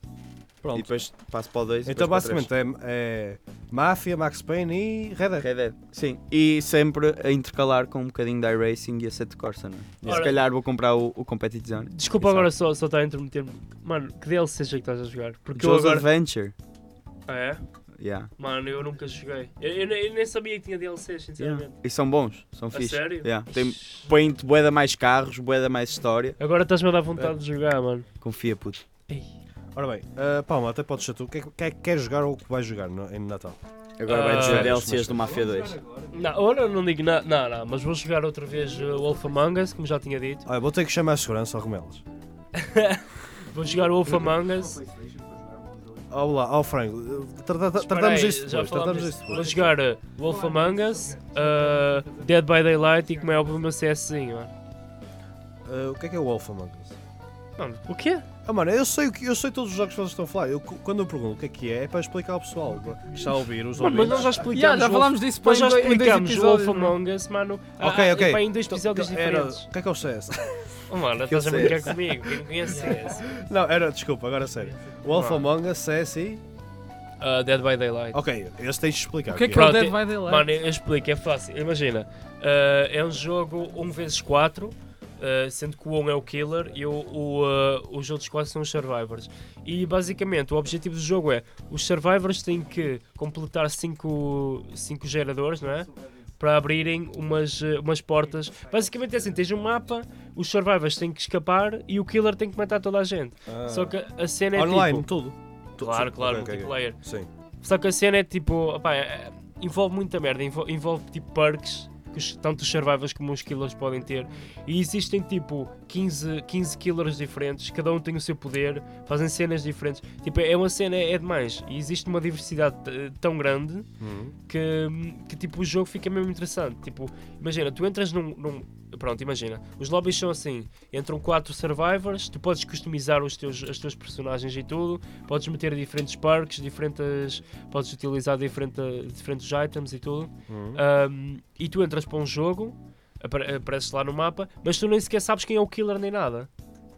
Speaker 6: E
Speaker 2: Pronto.
Speaker 6: depois passo para o 2.
Speaker 2: Então basicamente é, é Mafia, Max Payne e Red Dead.
Speaker 6: Red Dead. Sim, e sempre a intercalar com um bocadinho de iRacing e a Sete Corsa, não é?
Speaker 3: Ora-
Speaker 6: Se calhar vou comprar o, o Competitive Zone.
Speaker 3: Desculpa
Speaker 6: Exato.
Speaker 3: agora só, só estar a intermeter-me. Mano, que DLC seja que estás a jogar? Porque eu
Speaker 6: Joe's
Speaker 3: agora.
Speaker 6: Adventure.
Speaker 3: Ah, é?
Speaker 6: Yeah.
Speaker 3: Mano, eu nunca joguei. Eu, eu nem- eu nem sabia que tinha DLCs, sinceramente.
Speaker 6: E são bons, são
Speaker 3: A
Speaker 6: fixe.
Speaker 3: sério?
Speaker 6: Yeah. Tem,
Speaker 3: Ixi.
Speaker 6: põe-te boeda mais carros, boeda mais história.
Speaker 3: Agora estás-me a dar vontade de jogar, mano.
Speaker 6: Confia, puto.
Speaker 2: Ora bem, ah, Palma, até podes ser tu. O que é que- que é que queres jogar ou o que vais jogar no, em Natal?
Speaker 6: Agora
Speaker 3: Ah,
Speaker 6: vai
Speaker 3: mas-
Speaker 6: dizer DLCs do Mafia 2.
Speaker 3: Não, olha, não digo nada, não, não, mas vou jogar outra vez uh, o Wolf Among Us, como já tinha dito.
Speaker 2: Olha, Ah, vou ter que chamar a segurança ao Romelas.
Speaker 3: Vou jogar o Wolf Among Us.
Speaker 2: Olá, ó Frango, Eh, trata- trata-
Speaker 3: Espera
Speaker 2: tratamos
Speaker 3: aí,
Speaker 2: isso
Speaker 3: já
Speaker 2: depois,
Speaker 3: falámos
Speaker 2: tratamos
Speaker 3: disso.
Speaker 2: isso
Speaker 3: Vou
Speaker 2: depois.
Speaker 3: jogar uh, Wolf Among Us, uh, Dead by Daylight e como é óbvio o meu CSzinho, mano.
Speaker 2: Ah, o que é que é o Wolf Among Us?
Speaker 3: Mano, o quê?
Speaker 2: Ah, mano, eu sei, o que- eu sei todos os jogos que vocês estão a falar. Eu, cu- quando eu pergunto o que é que é, é para explicar ao pessoal. que Está a ouvir os
Speaker 3: Mano, mas
Speaker 2: ouvintes.
Speaker 3: nós já explicamos.
Speaker 4: Yeah, já
Speaker 3: o-
Speaker 4: falámos disso
Speaker 3: Nós já
Speaker 4: em dois- em dois
Speaker 3: explicamos o Wolf
Speaker 4: episódios, é? mano.
Speaker 3: Among Us, mano.
Speaker 2: Ok,
Speaker 3: há-
Speaker 2: ok.
Speaker 3: pá, Em dois
Speaker 2: Então,
Speaker 3: episódios
Speaker 2: era-
Speaker 3: diferentes.
Speaker 2: O que é que é o CS?
Speaker 3: Oh, mano,
Speaker 6: Que eu
Speaker 3: estás a
Speaker 6: sei.
Speaker 3: brincar comigo. Quem conhece CS?
Speaker 2: Não, era, desculpa, agora a sério. Wolf
Speaker 3: Vá.
Speaker 2: Among Us, CS e...
Speaker 3: Uh, Dead by Daylight.
Speaker 2: Ok, esse tens de explicar.
Speaker 4: O que é que é
Speaker 3: Pronto,
Speaker 4: o Dead
Speaker 3: e-
Speaker 4: by Daylight?
Speaker 3: Mano, eu explico, é fácil. Imagina, eh, é um jogo 1x4, eh, sendo que o 1 é o killer e o, o, eh, os outros 4 são os survivors. E basicamente o objetivo do jogo é: os survivors têm que completar 5 geradores, não é? Para abrirem umas, eh, umas portas. Basicamente é assim: tens um mapa, os survivors têm que escapar e o killer tem que matar toda a gente.
Speaker 2: Ah.
Speaker 3: Só que a cena é
Speaker 2: Online,
Speaker 3: tipo.
Speaker 2: tudo. Tu-
Speaker 3: Claro,
Speaker 2: sim,
Speaker 3: claro,
Speaker 2: ok, ok, ok.
Speaker 3: multiplayer.
Speaker 2: Ah, Sim.
Speaker 3: Só que a cena é tipo. opá, é- envolve muita merda. envol- Envolve, tipo perks que os- tanto os survivors como os killers podem ter. E existem tipo 15, 15 killers diferentes, cada um tem o seu poder, fazem cenas diferentes. Tipo, é uma cena, é demais. E existe uma diversidade eh, tão grande
Speaker 2: Hum,
Speaker 3: que, que, tipo o jogo fica mesmo interessante. Tipo, imagina, tu entras num. num- pronto, imagina, os lobbies são assim: entram quatro survivors, tu podes customizar os teus, as tuas personagens e tudo, podes meter diferentes perks, diferentes. podes utilizar diferente, diferentes items e tudo.
Speaker 2: hum.
Speaker 3: Um, e tu entras para um jogo, apare- apareces lá no mapa, mas tu nem sequer sabes quem é o killer nem nada.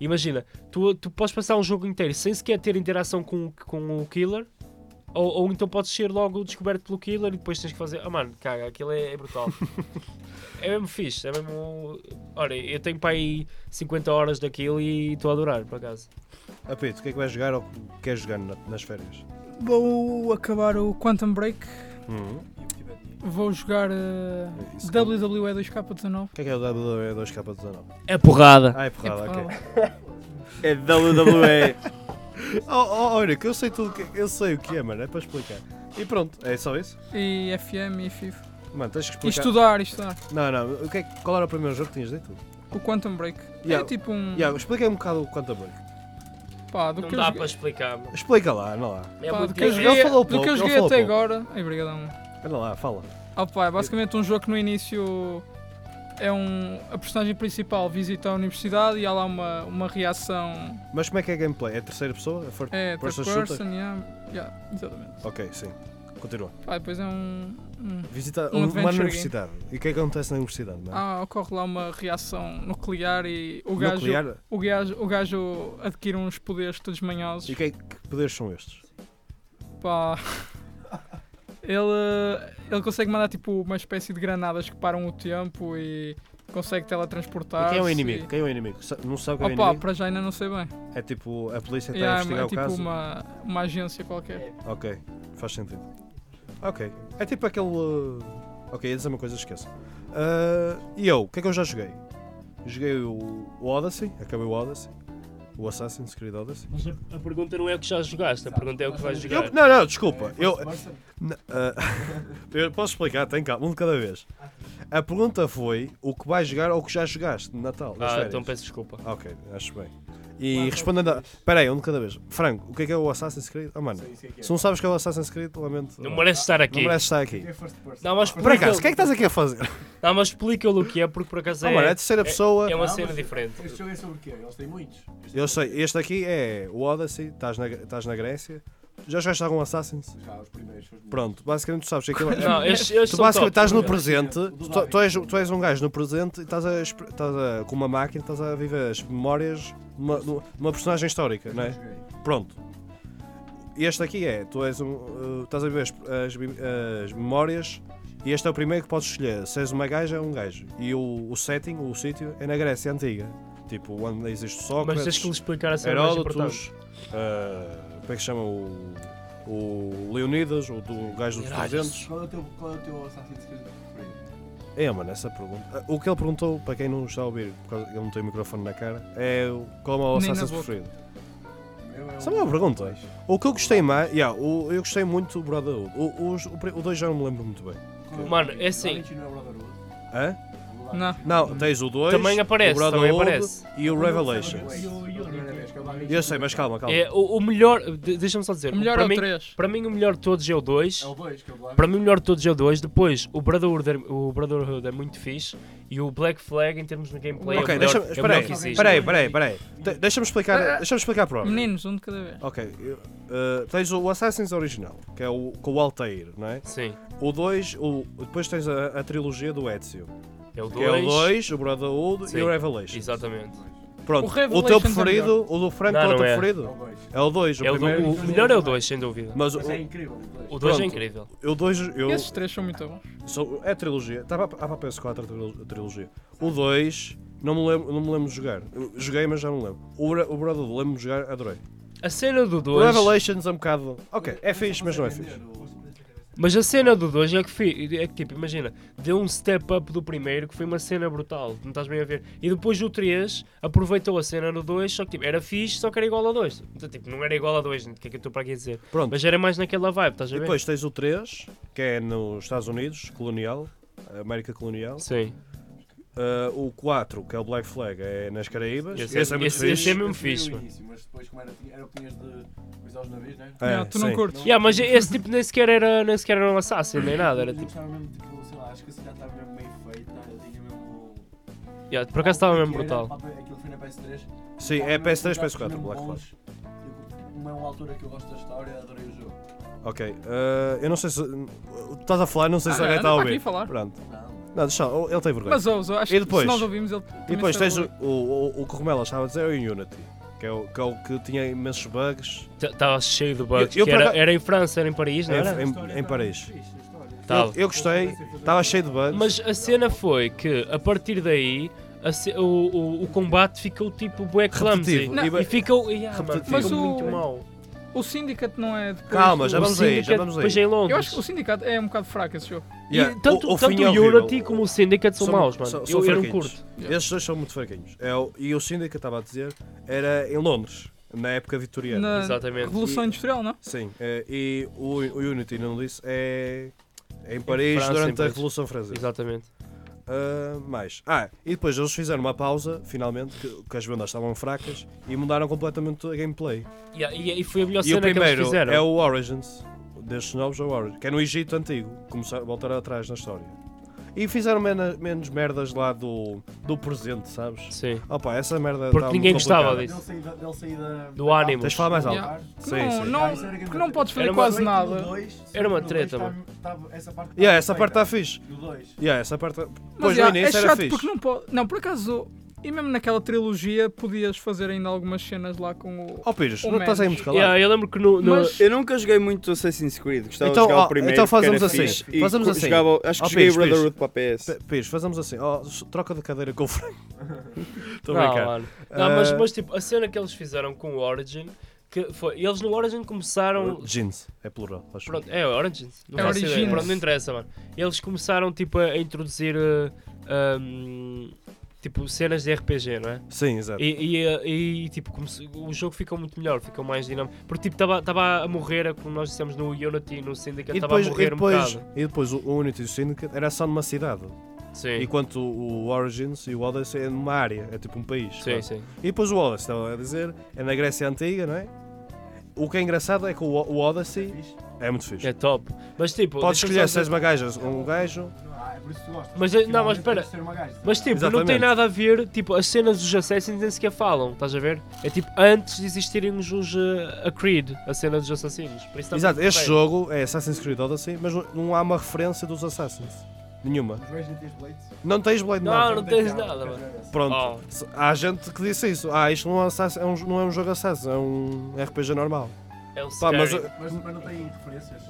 Speaker 3: Imagina, tu, tu podes passar um jogo inteiro sem sequer ter interação com, o- com o killer, ou, ou então podes ser logo descoberto pelo killer e depois tens que fazer. Ah, mano, caga, aquilo é, é brutal. é mesmo fixe, é mesmo. Olha, eu tenho para aí 50 horas daquilo e estou a adorar, por acaso.
Speaker 2: Apito, o que é que vais jogar ou que queres jogar na- nas férias?
Speaker 4: Vou acabar o Quantum Break.
Speaker 2: Uhum.
Speaker 4: Vou jogar eh,
Speaker 2: É Isso, como-
Speaker 4: WWE 2K19.
Speaker 2: O que é que é o WWE 2K19?
Speaker 3: É porrada!
Speaker 2: Ah, é porrada,
Speaker 4: É
Speaker 2: ok.
Speaker 4: porrada.
Speaker 6: É WWE.
Speaker 2: Oh, oh, olha, que eu sei tudo, que, eu sei o que é, mano, é para explicar. E pronto, é só isso?
Speaker 4: E FM e FIFA.
Speaker 2: Mano, tens que
Speaker 4: E
Speaker 2: explicar.
Speaker 4: estudar, e estudar.
Speaker 2: Não, não, o que é, que- qual era o primeiro jogo que tinhas dito?
Speaker 4: O Quantum Break.
Speaker 2: Yeah.
Speaker 4: É tipo um.
Speaker 2: Iago, explica aí um bocado o Quantum Break.
Speaker 4: Pá, do
Speaker 3: Não
Speaker 4: que eu
Speaker 3: dá
Speaker 4: joguei.
Speaker 3: para explicar, mano.
Speaker 2: Explica lá, anda lá.
Speaker 3: É
Speaker 4: pá,
Speaker 3: muito
Speaker 4: do que eu
Speaker 2: Ele
Speaker 3: difícil.
Speaker 4: joguei,
Speaker 2: falou
Speaker 4: do
Speaker 2: pouco,
Speaker 4: que eu
Speaker 2: ele
Speaker 4: joguei
Speaker 2: falou
Speaker 4: até
Speaker 2: pouco.
Speaker 4: agora. Ai, brigadão.
Speaker 2: Anda lá, fala.
Speaker 4: Ah pá, é basicamente um jogo que no início é um. A personagem principal visita a universidade e há lá uma, uma reação.
Speaker 2: Mas como é que é a gameplay? É terceira pessoa? É for...
Speaker 4: É, third
Speaker 2: Person
Speaker 4: person,
Speaker 2: shooter?
Speaker 4: yeah, yeah, exatamente.
Speaker 2: Ok, sim. Continua.
Speaker 4: Pá, depois é um. um-
Speaker 2: Visita
Speaker 4: Um
Speaker 2: um-
Speaker 4: adventure
Speaker 2: uma
Speaker 4: game.
Speaker 2: universidade. E o que é que acontece na universidade, mano?
Speaker 4: Ah, ocorre lá uma reação nuclear e o gajo,
Speaker 2: Nuclear?
Speaker 4: O, gajo, o gajo adquire uns poderes todos manhosos.
Speaker 2: E o que é que poderes são estes?
Speaker 4: Pá. Ele, ele consegue mandar tipo uma espécie de granadas que param o tempo e consegue teletransportar.
Speaker 2: E quem é o inimigo? Quem é o inimigo? Sa- Não sabe quem é o
Speaker 4: Ah, Opa,
Speaker 2: inimigo?
Speaker 4: para já ainda não sei bem.
Speaker 2: É tipo, a polícia está a
Speaker 4: Yeah,
Speaker 2: investigar
Speaker 4: é
Speaker 2: o
Speaker 4: tipo
Speaker 2: caso?
Speaker 4: uma, uma agência
Speaker 2: É,
Speaker 4: qualquer.
Speaker 2: Ok, faz sentido. Ok, é tipo aquele. uh, Ok, ia dizer uma coisa, Eh, esqueço. Uh, e eu, o que é que eu já joguei? Joguei o o Odyssey, acabei o Odyssey. O Assassin's Creed Odyssey.
Speaker 3: Mas a, a pergunta não é o que já jogaste, a pergunta é o que vais jogar.
Speaker 2: Eu- não, não, desculpa.
Speaker 7: É,
Speaker 2: Eu, N- ah, eu posso explicar, tem calma, um de cada vez. A pergunta foi o que vais jogar ou o que já jogaste de Natal. nas
Speaker 3: ah,
Speaker 2: férias.
Speaker 3: então peço desculpa.
Speaker 2: Ok, acho bem. E respondendo a. Espera aí, um de cada vez. Franco, o que é que é o Assassin's Creed? Oh, mano, se não sabes o que é o Assassin's Creed, lamento.
Speaker 3: Não merece estar
Speaker 2: Não
Speaker 3: aqui.
Speaker 2: merece estar aqui.
Speaker 3: Não, mas
Speaker 2: Por
Speaker 3: explica-lhe
Speaker 2: acaso, o que é que estás aqui a fazer?
Speaker 3: não, mas explica-lhe o que é, porque por acaso
Speaker 2: Oh,
Speaker 3: é,
Speaker 2: mano, é a terceira pessoa.
Speaker 3: é uma cena diferente.
Speaker 7: Este jogo é sobre o quê? Eles têm muitos.
Speaker 2: Eu sei, este aqui é o Odyssey, estás na, estás na Grécia. Já jogaste algum Assassin's?
Speaker 7: Já, os primeiros. Os
Speaker 2: Pronto, basicamente tu sabes que aquilo é.
Speaker 3: Não, estes, estes
Speaker 2: Tu
Speaker 3: são
Speaker 2: basicamente
Speaker 3: top.
Speaker 2: estás no presente, tu, tu- tu és, tu és um gajo no presente e estás, a, exp- estás a- com uma máquina, estás a viver as memórias de uma, de uma personagem histórica, não é? Pronto. Este aqui é, tu és um, uh, estás a viver as, as bi- as memórias e este é o primeiro que podes escolher, se és uma gaja ou um gajo. E o, o setting, o sítio, é na Grécia Antiga, tipo onde existe
Speaker 3: Mas tens
Speaker 2: Sócrates,
Speaker 3: que lhe explicar a cena mais importante.
Speaker 2: Heródotos, uh, como é que se chama o, o Leonidas, o do gajo dos presentes.
Speaker 7: Qual é o teu, qual é o teu Assassin's Creed preferido?
Speaker 2: É, mano, essa pergunta. Ah, O que ele perguntou, para quem não está a ouvir, por causa que ele não tem o microfone na cara, é o- qual é o
Speaker 4: Nem na
Speaker 2: Assassin's
Speaker 4: boca.
Speaker 2: preferido.
Speaker 7: O meu é
Speaker 2: Essa é
Speaker 7: o-
Speaker 2: uma pergunta.
Speaker 7: dois.
Speaker 2: O que eu gostei mais. Yeah, o, eu gostei muito do Brotherhood. O 2 o, pri- o dois já não me lembro muito bem.
Speaker 7: Qual o
Speaker 3: Mano, é
Speaker 7: preferido?
Speaker 3: assim.
Speaker 7: Light não é Brotherhood?
Speaker 2: Hã?
Speaker 4: Não.
Speaker 2: Não, tens o 2.
Speaker 3: Também aparece,
Speaker 2: o Brotherhood
Speaker 3: também aparece.
Speaker 2: E o Revelations.
Speaker 7: Wait, acho que é o Light.
Speaker 2: Eu sei, mas calma, calma.
Speaker 3: É, o, o melhor, de- deixa-me só dizer,
Speaker 4: O melhor é
Speaker 3: para,
Speaker 4: o
Speaker 3: mim,
Speaker 4: 3.
Speaker 3: para mim o melhor de todos é o 2.
Speaker 7: É o 2 que é o Light.
Speaker 3: Para mim o melhor de todos é o 2. Depois, o Brotherhood, é- o Brotherhood é muito fixe. E o Black Flag, em termos de gameplay, é
Speaker 2: ok,
Speaker 3: o melhor,
Speaker 2: deixa-me.
Speaker 3: é o
Speaker 2: Espera
Speaker 3: melhor
Speaker 2: aí,
Speaker 3: que existe.
Speaker 2: espera aí, espera aí, espera aí. De- Deixa-me explicar,
Speaker 4: Ah.
Speaker 2: deixa-me explicar a prova.
Speaker 4: Meninos, um de cada vez.
Speaker 2: Ok, eu- ah, tens o Assassin's original, que é o com o Altair, não é?
Speaker 3: Sim,
Speaker 2: O 2, o, depois tens a, a trilogia do Ezio.
Speaker 3: é o
Speaker 2: Que é o
Speaker 3: 2.
Speaker 2: 2, o Brotherhood
Speaker 3: Sim.
Speaker 2: e o Revelation.
Speaker 3: Exatamente.
Speaker 2: Pronto,
Speaker 4: O
Speaker 2: o,
Speaker 4: Revelations
Speaker 2: teu
Speaker 4: é
Speaker 2: preferido, o do Franco,
Speaker 3: Não,
Speaker 2: qual é o
Speaker 3: não
Speaker 2: teu
Speaker 3: é.
Speaker 7: É o
Speaker 2: preferido?
Speaker 7: 2.
Speaker 2: É o 2, o
Speaker 3: É o, do-
Speaker 2: primeiro.
Speaker 3: o melhor é o 2, sem dúvida.
Speaker 2: Mas o
Speaker 7: Mas é incrível. o dois.
Speaker 3: O 2 é
Speaker 2: Pronto.
Speaker 3: incrível.
Speaker 2: o 2, eu.
Speaker 4: Esses três são muito bons.
Speaker 2: sou- é a trilogia. Estava a para PS4 a trilo- a trilogia. O 2, não me lembro, não me lembro de jogar. Eu Joguei, mas já não lembro. O, Bra- o Brotherhood, lembro-me de jogar, adorei.
Speaker 3: A cena do
Speaker 2: O
Speaker 3: 2.
Speaker 2: Revelations é um bocado. Ok, é fixe, mas não é fixe.
Speaker 3: Mas a cena do 2 é que, fi- é que tipo, imagina, deu um step up do primeiro que foi uma cena brutal, não estás bem a ver? E depois o 3 aproveitou a cena no 2, só que tipo, era fixe, só que era igual a 2. Então, tipo, não era igual a 2, o que é que eu estou para aqui a dizer?
Speaker 2: Pronto.
Speaker 3: Mas era mais naquela vibe, estás a
Speaker 2: E
Speaker 3: ver?
Speaker 2: depois tens o 3, que é nos Estados Unidos, colonial, América colonial.
Speaker 3: Sim,
Speaker 2: Ah, o 4, que é o Black Flag, é nas Caraíbas.
Speaker 3: Esse é-
Speaker 2: Esse é muito
Speaker 3: esse-
Speaker 2: fixe.
Speaker 3: esse é mesmo fixe,
Speaker 7: fixe.
Speaker 3: mano.
Speaker 7: Mas depois, como era, tinha- era o que tinhas de coisar os navios, né?
Speaker 2: É,
Speaker 4: Não, tu não
Speaker 2: sim.
Speaker 4: curtes.
Speaker 3: yeah, mas esse tipo nem sequer era, nem sequer era um assassino nem nada, era
Speaker 7: Eu
Speaker 3: tipo,
Speaker 7: gostava mesmo daquilo, sei lá, acho que a cidade estava mesmo bem feita, tinha mesmo. um
Speaker 3: yeah, por acaso estava mesmo
Speaker 7: Aquilo
Speaker 3: brutal.
Speaker 7: era- Aquilo foi na PS3.
Speaker 2: Sim, é PS3, PS4, Black Flag.
Speaker 7: Flag. Uma altura que eu gosto da história, adorei o jogo.
Speaker 2: Ok, eh, eu não sei se. Estás a falar, não sei se
Speaker 4: Ah,
Speaker 2: alguém está a
Speaker 4: anda para aqui
Speaker 2: ouvir.
Speaker 4: falar.
Speaker 2: Pronto.
Speaker 7: Não,
Speaker 2: Não, deixa, ele ele tem vergonha.
Speaker 4: Mas ouve, acho
Speaker 2: E
Speaker 4: que
Speaker 2: depois?
Speaker 4: se nós ouvimos ele. também
Speaker 2: e depois
Speaker 4: sabe
Speaker 2: tens o,
Speaker 4: ouvir.
Speaker 2: o, o, o que o Romelo estava a dizer é o Unity, que é o que, é o que tinha imensos bugs
Speaker 3: T- Estava cheio de bugs,
Speaker 2: Eu- eu
Speaker 3: que
Speaker 2: por
Speaker 3: era,
Speaker 2: acaso-
Speaker 3: era em França, era em Paris, não era?
Speaker 2: em, em, em Paris.
Speaker 3: Tal.
Speaker 2: Eu, eu gostei, estava cheio de bugs.
Speaker 3: Mas a cena foi que, a partir daí, a ce- o, o, o combate ficou tipo bué clumsy.
Speaker 2: repetitivo.
Speaker 4: Não,
Speaker 2: E ba-
Speaker 3: E ficou, yeah, mano,
Speaker 2: Repetitivo.
Speaker 3: ficou
Speaker 4: Mas o-
Speaker 3: muito mal.
Speaker 4: O Syndicate não é depois.
Speaker 2: Calma, já
Speaker 4: do-
Speaker 2: vamos- aí, já vamos aí.
Speaker 3: Depois em Londres.
Speaker 4: Eu acho que o Syndicate é um bocado fraco esse jogo.
Speaker 2: Yeah,
Speaker 3: E eh, tanto
Speaker 2: o-
Speaker 3: o,
Speaker 2: o
Speaker 3: tanto
Speaker 2: fim é
Speaker 3: o
Speaker 2: horrível.
Speaker 3: Unity como o Syndicate são
Speaker 2: São-
Speaker 3: maus, mano.
Speaker 2: são-
Speaker 3: eu,
Speaker 2: são
Speaker 3: eu não
Speaker 2: fraquinhos.
Speaker 3: curto.
Speaker 2: Esses dois são muito fraquinhos. É, o- e o Syndicate que eu estava a dizer era em Londres, na época vitoriana.
Speaker 4: Na
Speaker 3: Exatamente.
Speaker 4: Revolução
Speaker 2: E-
Speaker 4: Industrial, não?
Speaker 2: Sim, eh, e o, o Unity, não disse, é em Paris
Speaker 3: França,
Speaker 2: durante
Speaker 3: em
Speaker 2: a
Speaker 3: Paris.
Speaker 2: Revolução Francesa.
Speaker 3: Exatamente.
Speaker 2: Ah, mais. Ah, e depois eles fizeram uma pausa, finalmente, que, que as vendas estavam fracas e mudaram completamente a gameplay.
Speaker 3: E, e- e foi a melhor
Speaker 2: e o
Speaker 3: cena que eles
Speaker 2: primeiro
Speaker 3: fizeram.
Speaker 2: é o Origins, destes novos é o Origins, que é no Egito Antigo, começar, voltar atrás na história. E fizeram mena- menos merdas lá do, do presente, sabes?
Speaker 3: Sim.
Speaker 2: Opa, essa merda
Speaker 3: Porque
Speaker 2: tá
Speaker 3: ninguém
Speaker 2: muito
Speaker 3: gostava
Speaker 2: complicada.
Speaker 3: disso.
Speaker 7: Dele sair da- dele sair da.
Speaker 3: Do ânimo.
Speaker 2: Tens de falar mais alto.
Speaker 4: Yeah.
Speaker 2: Sim,
Speaker 4: não,
Speaker 2: sim.
Speaker 4: não,
Speaker 7: Ah, isso era
Speaker 4: porque não podes fazer
Speaker 3: Era uma
Speaker 4: É quase
Speaker 7: Feito no
Speaker 4: nada.
Speaker 7: dois,
Speaker 3: Era uma
Speaker 7: no dois
Speaker 3: treta, mano.
Speaker 7: tava- tava- Essa parte
Speaker 2: Yeah, essa
Speaker 7: tava
Speaker 2: parte tá está
Speaker 7: feita.
Speaker 2: fixe.
Speaker 7: No dois.
Speaker 2: Yeah, essa parte... tá, Pois
Speaker 4: Mas
Speaker 2: no
Speaker 4: já, é
Speaker 2: início era
Speaker 4: chato
Speaker 2: fixe.
Speaker 4: porque não pode. Não, por acaso. E mesmo naquela trilogia podias fazer ainda algumas cenas lá com o.
Speaker 2: Oh Pires,
Speaker 4: Ou
Speaker 2: não estás aí me
Speaker 4: menos.
Speaker 2: calar?
Speaker 3: Yeah, é eu lembro que no. no-
Speaker 4: Mas-
Speaker 6: Eu nunca joguei muito Assassin's Creed, gostava
Speaker 2: Então,
Speaker 6: de jogar
Speaker 2: ó,
Speaker 6: o primeiro.
Speaker 2: então fazemos
Speaker 6: que era
Speaker 2: assim,
Speaker 6: fixe, e
Speaker 2: fazemos
Speaker 6: co-
Speaker 2: assim.
Speaker 6: jogava- acho que
Speaker 2: Ó,
Speaker 6: joguei
Speaker 2: Pires,
Speaker 6: Brotherhood para PS.
Speaker 2: P- Pires, fazemos assim. ó, s- troca de cadeira com o Franco. Estou a
Speaker 3: não,
Speaker 2: brincar.
Speaker 3: mano. Não, mas,
Speaker 2: Ah.
Speaker 3: mas tipo, a cena que eles fizeram com o Origin, que foi. Eles no Origin começaram.
Speaker 2: Jeans, é plural. acho.
Speaker 3: um Pronto, é Origins. Não
Speaker 4: É
Speaker 3: faço ideia.
Speaker 4: Origins.
Speaker 3: Pronto, não interessa, mano. Eles começaram tipo a a introduzir. eh, ahm, tipo cenas de RPG, não é?
Speaker 2: Sim, exato.
Speaker 3: E, e, eh, e, tipo, como se- o jogo ficou muito melhor, ficou mais dinâmico. Porque tipo, estava a morrer, eh, como nós dissemos no Unity, no Syndicate,
Speaker 2: E
Speaker 3: estava a
Speaker 2: depois,
Speaker 3: morrer
Speaker 2: e, depois,
Speaker 3: um bocado.
Speaker 2: e depois o Unity e o Syndicate era só numa cidade.
Speaker 3: Sim,
Speaker 2: Enquanto o o Origins e o Odyssey é numa área, é tipo um país.
Speaker 3: sim,
Speaker 2: pronto.
Speaker 3: sim.
Speaker 2: E depois o Odyssey, estava a dizer, é na Grécia Antiga, não é? O que é engraçado é que o, o Odyssey é muito fixe.
Speaker 3: É top. Mas tipo.
Speaker 2: Podes
Speaker 3: deixa-me só
Speaker 2: escolher se
Speaker 3: dizer-
Speaker 2: és uma gaja ou um gajo.
Speaker 7: Ah, é por isso que tu gostas.
Speaker 3: Mas, eh, não,
Speaker 7: Finalmente
Speaker 3: mas espera.
Speaker 7: tens de ser uma gaja.
Speaker 3: Mas tipo, não tem
Speaker 2: Exatamente.
Speaker 3: nada a ver, tipo, as cenas dos Assassins nem sequer falam, estás a ver? É tipo, antes de existirem os, os, eh, a Creed, a cena dos assassinos. Por isso tá
Speaker 2: Exato,
Speaker 3: muito
Speaker 2: este
Speaker 3: bem.
Speaker 2: jogo é Assassin's Creed Odyssey, mas não- não há uma referência dos Assassins. Nenhuma.
Speaker 7: Os gajos não tens blades.
Speaker 2: Não um tens Blade
Speaker 3: Não,
Speaker 2: Nova.
Speaker 3: não tens nada, mano.
Speaker 2: Pronto.
Speaker 3: Oh.
Speaker 2: Se- Há gente que disse isso. Ah, isto não é, um assassin- é um- não é um jogo Assassin, é um RPG normal.
Speaker 3: É um
Speaker 2: Pá, mas eh,
Speaker 3: Skyrim.
Speaker 7: Mas, mas não tem referências.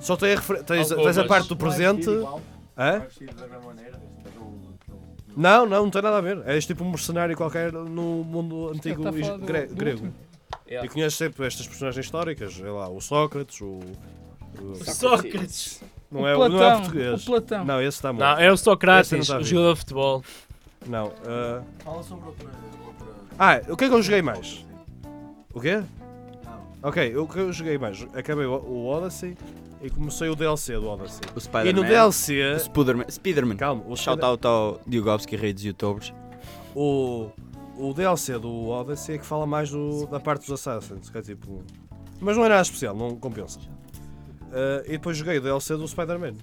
Speaker 2: só tem a refer- tens, tens a
Speaker 3: Algumas.
Speaker 2: parte do
Speaker 7: Não é
Speaker 2: presente.
Speaker 7: vestido igual, não é
Speaker 2: Hã?
Speaker 7: vestido da mesma maneira. aquele- aquele-
Speaker 2: Não, não, não tem nada a ver. És tipo um mercenário qualquer no mundo
Speaker 4: Ele
Speaker 2: antigo
Speaker 4: tá a
Speaker 2: is-
Speaker 4: falar do-
Speaker 2: gre-
Speaker 4: do
Speaker 2: grego.
Speaker 4: último.
Speaker 3: Yeah.
Speaker 2: E conheces sempre estas personagens históricas, sei lá, o Sócrates, o. o-
Speaker 3: Sócrates.
Speaker 2: não, é,
Speaker 4: o Platão,
Speaker 2: não é português.
Speaker 4: O Platão.
Speaker 2: Não, esse está
Speaker 3: Não,
Speaker 2: morto.
Speaker 3: é o Sócrates,
Speaker 2: Esse não tá
Speaker 3: o
Speaker 2: vivo.
Speaker 3: jogador de futebol.
Speaker 2: Não. ah,
Speaker 7: Fala sobre outra. outra...
Speaker 2: Ah, o que é que eu joguei mais? O quê?
Speaker 7: Não.
Speaker 2: Ok, o que eu joguei mais? Acabei o- o Odyssey e comecei o DLC do Odyssey. E
Speaker 6: O
Speaker 2: no
Speaker 6: Spider-Man.
Speaker 2: DLC.
Speaker 6: O Spiderman. Spiderman.
Speaker 2: Calma, o,
Speaker 6: Shout out ao Diogowski, rei dos youtubers.
Speaker 2: o, o DLC do Odyssey é que fala mais do- da parte dos Assassins, que é tipo. Mas não é nada especial, não compensa. Ah, e depois joguei o DLC do Spider-Man.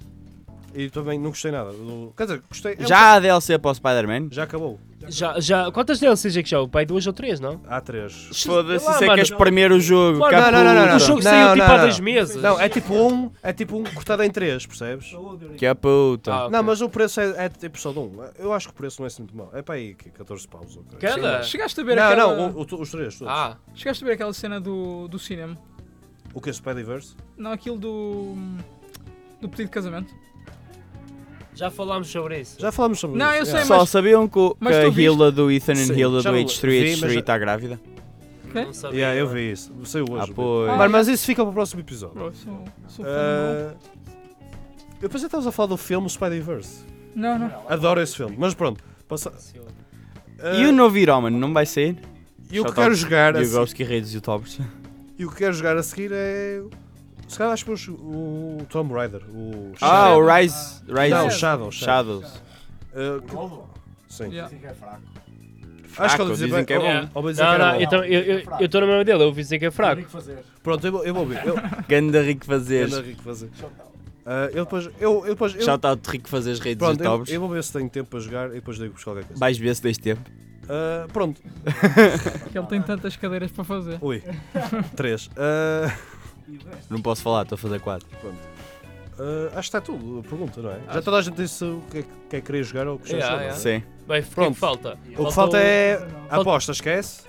Speaker 2: E também não gostei nada. do- quer dizer, gostei. é um
Speaker 6: Já há DLC para o Spider-Man?
Speaker 2: bocado- Já acabou.
Speaker 3: Já, já, quantas DLCs é que já? houve? Pai, duas ou três, não?
Speaker 2: Há três.
Speaker 6: Foda-se,
Speaker 3: Lá,
Speaker 6: isso é
Speaker 3: mano.
Speaker 6: que és primeiro o jogo.
Speaker 3: Claro,
Speaker 6: caputa.
Speaker 2: não, não, não, não.
Speaker 3: é O jogo
Speaker 2: Não,
Speaker 3: saiu
Speaker 2: não,
Speaker 3: tipo há
Speaker 2: não.
Speaker 3: dois meses.
Speaker 2: Não, é tipo um. É tipo um cortado em três, percebes?
Speaker 6: é Caputa.
Speaker 3: Ah, ok.
Speaker 2: Não, mas o preço é, é tipo só de um. Eu acho que o preço não é assim muito mau. É para aí que 14 paus. ou caralho.
Speaker 3: Cada?
Speaker 4: Chegaste a ver
Speaker 2: Não,
Speaker 4: aquela...
Speaker 2: não, o- o- os três. todos.
Speaker 3: Ah,
Speaker 4: Chegaste a ver aquela cena do, do cinema?
Speaker 2: O que é Spider-Verse?
Speaker 4: Não, aquilo do... Do pedido de casamento?
Speaker 3: já falámos sobre isso.
Speaker 2: Já falámos sobre
Speaker 4: Não,
Speaker 2: isso. É.
Speaker 4: eu sei,
Speaker 2: yeah.
Speaker 6: Só
Speaker 4: mas-
Speaker 6: sabiam que, o-
Speaker 4: mas
Speaker 6: que
Speaker 4: tu
Speaker 6: a
Speaker 4: viste?
Speaker 6: Hila do Ethan and
Speaker 2: Sim,
Speaker 6: Hila
Speaker 2: já
Speaker 6: do
Speaker 2: vi,
Speaker 6: H3
Speaker 2: mas
Speaker 6: H3
Speaker 2: já-
Speaker 6: está tá grávida?
Speaker 3: Não sabia.
Speaker 2: Yeah, eu vi isso. Saiu
Speaker 6: Ah,
Speaker 2: hoje.
Speaker 6: pois.
Speaker 4: Ah,
Speaker 2: Mas, mas isso fica para o próximo episódio.
Speaker 4: Bro, sou, sou fã do
Speaker 2: Ah, eu pensei que estavas a falar do filme Spider-Verse.
Speaker 4: mal. Não, não.
Speaker 2: Adoro esse filme, mas pronto. Passa... Ah, assim.
Speaker 6: E o novo Iroman não vai sair?
Speaker 2: e o que
Speaker 6: Shout
Speaker 2: quero
Speaker 6: out
Speaker 2: jogar a se-
Speaker 6: Diogowski, rei dos youtubers.
Speaker 2: e o que quero jogar a seguir é. Se calhar acho que vou jo- o Tomb Raider. O
Speaker 6: Ah,
Speaker 2: Shadow.
Speaker 6: o Rise. Rise.
Speaker 2: Não, o Shadow. Shadow.
Speaker 6: Shadows.
Speaker 2: Ah, que-
Speaker 7: Novo?
Speaker 2: Sim.
Speaker 4: Yeah.
Speaker 7: Dizem que é fraco.
Speaker 2: Acho que
Speaker 6: Fraco,
Speaker 2: ele dizia
Speaker 6: dizem
Speaker 2: bem.
Speaker 6: que é
Speaker 2: ou-
Speaker 3: bom.
Speaker 2: ou bem dizer oh,
Speaker 3: Não,
Speaker 2: que era
Speaker 3: não,
Speaker 2: bom.
Speaker 3: então eu eu- eu estou na mesma dele, eu ouvi dizer que é
Speaker 7: Tem
Speaker 3: fraco.
Speaker 7: que fazer.
Speaker 2: Pronto, eu vou, eu vou ver. Eu,
Speaker 6: Ganda Rico Fazeres.
Speaker 2: Ana Rico fazer.
Speaker 7: Shut up.
Speaker 2: Ah, eu depois. Eu, eu depois eu,
Speaker 6: Shout out Rico Fazeres, rei dos
Speaker 2: pronto, eu,
Speaker 6: youtubers.
Speaker 2: eu vou ver se tenho tempo para jogar e depois digo-vos qualquer coisa.
Speaker 6: Vais ver se tens tempo.
Speaker 2: Ah, pronto.
Speaker 4: Porque ele tem tantas cadeiras para fazer.
Speaker 2: Ui. Três. Ah,
Speaker 6: Não posso falar, estou a fazer quatro.
Speaker 2: ah, acho que está tudo. A pergunta, não é? Já toda a gente disse o que é que- que é que queria jogar ou o que já
Speaker 3: Yeah,
Speaker 2: jogou.
Speaker 3: yeah.
Speaker 6: Sim.
Speaker 3: Bem, o que é que
Speaker 2: Pronto.
Speaker 3: falta?
Speaker 2: O que falta é. Aposta, esquece.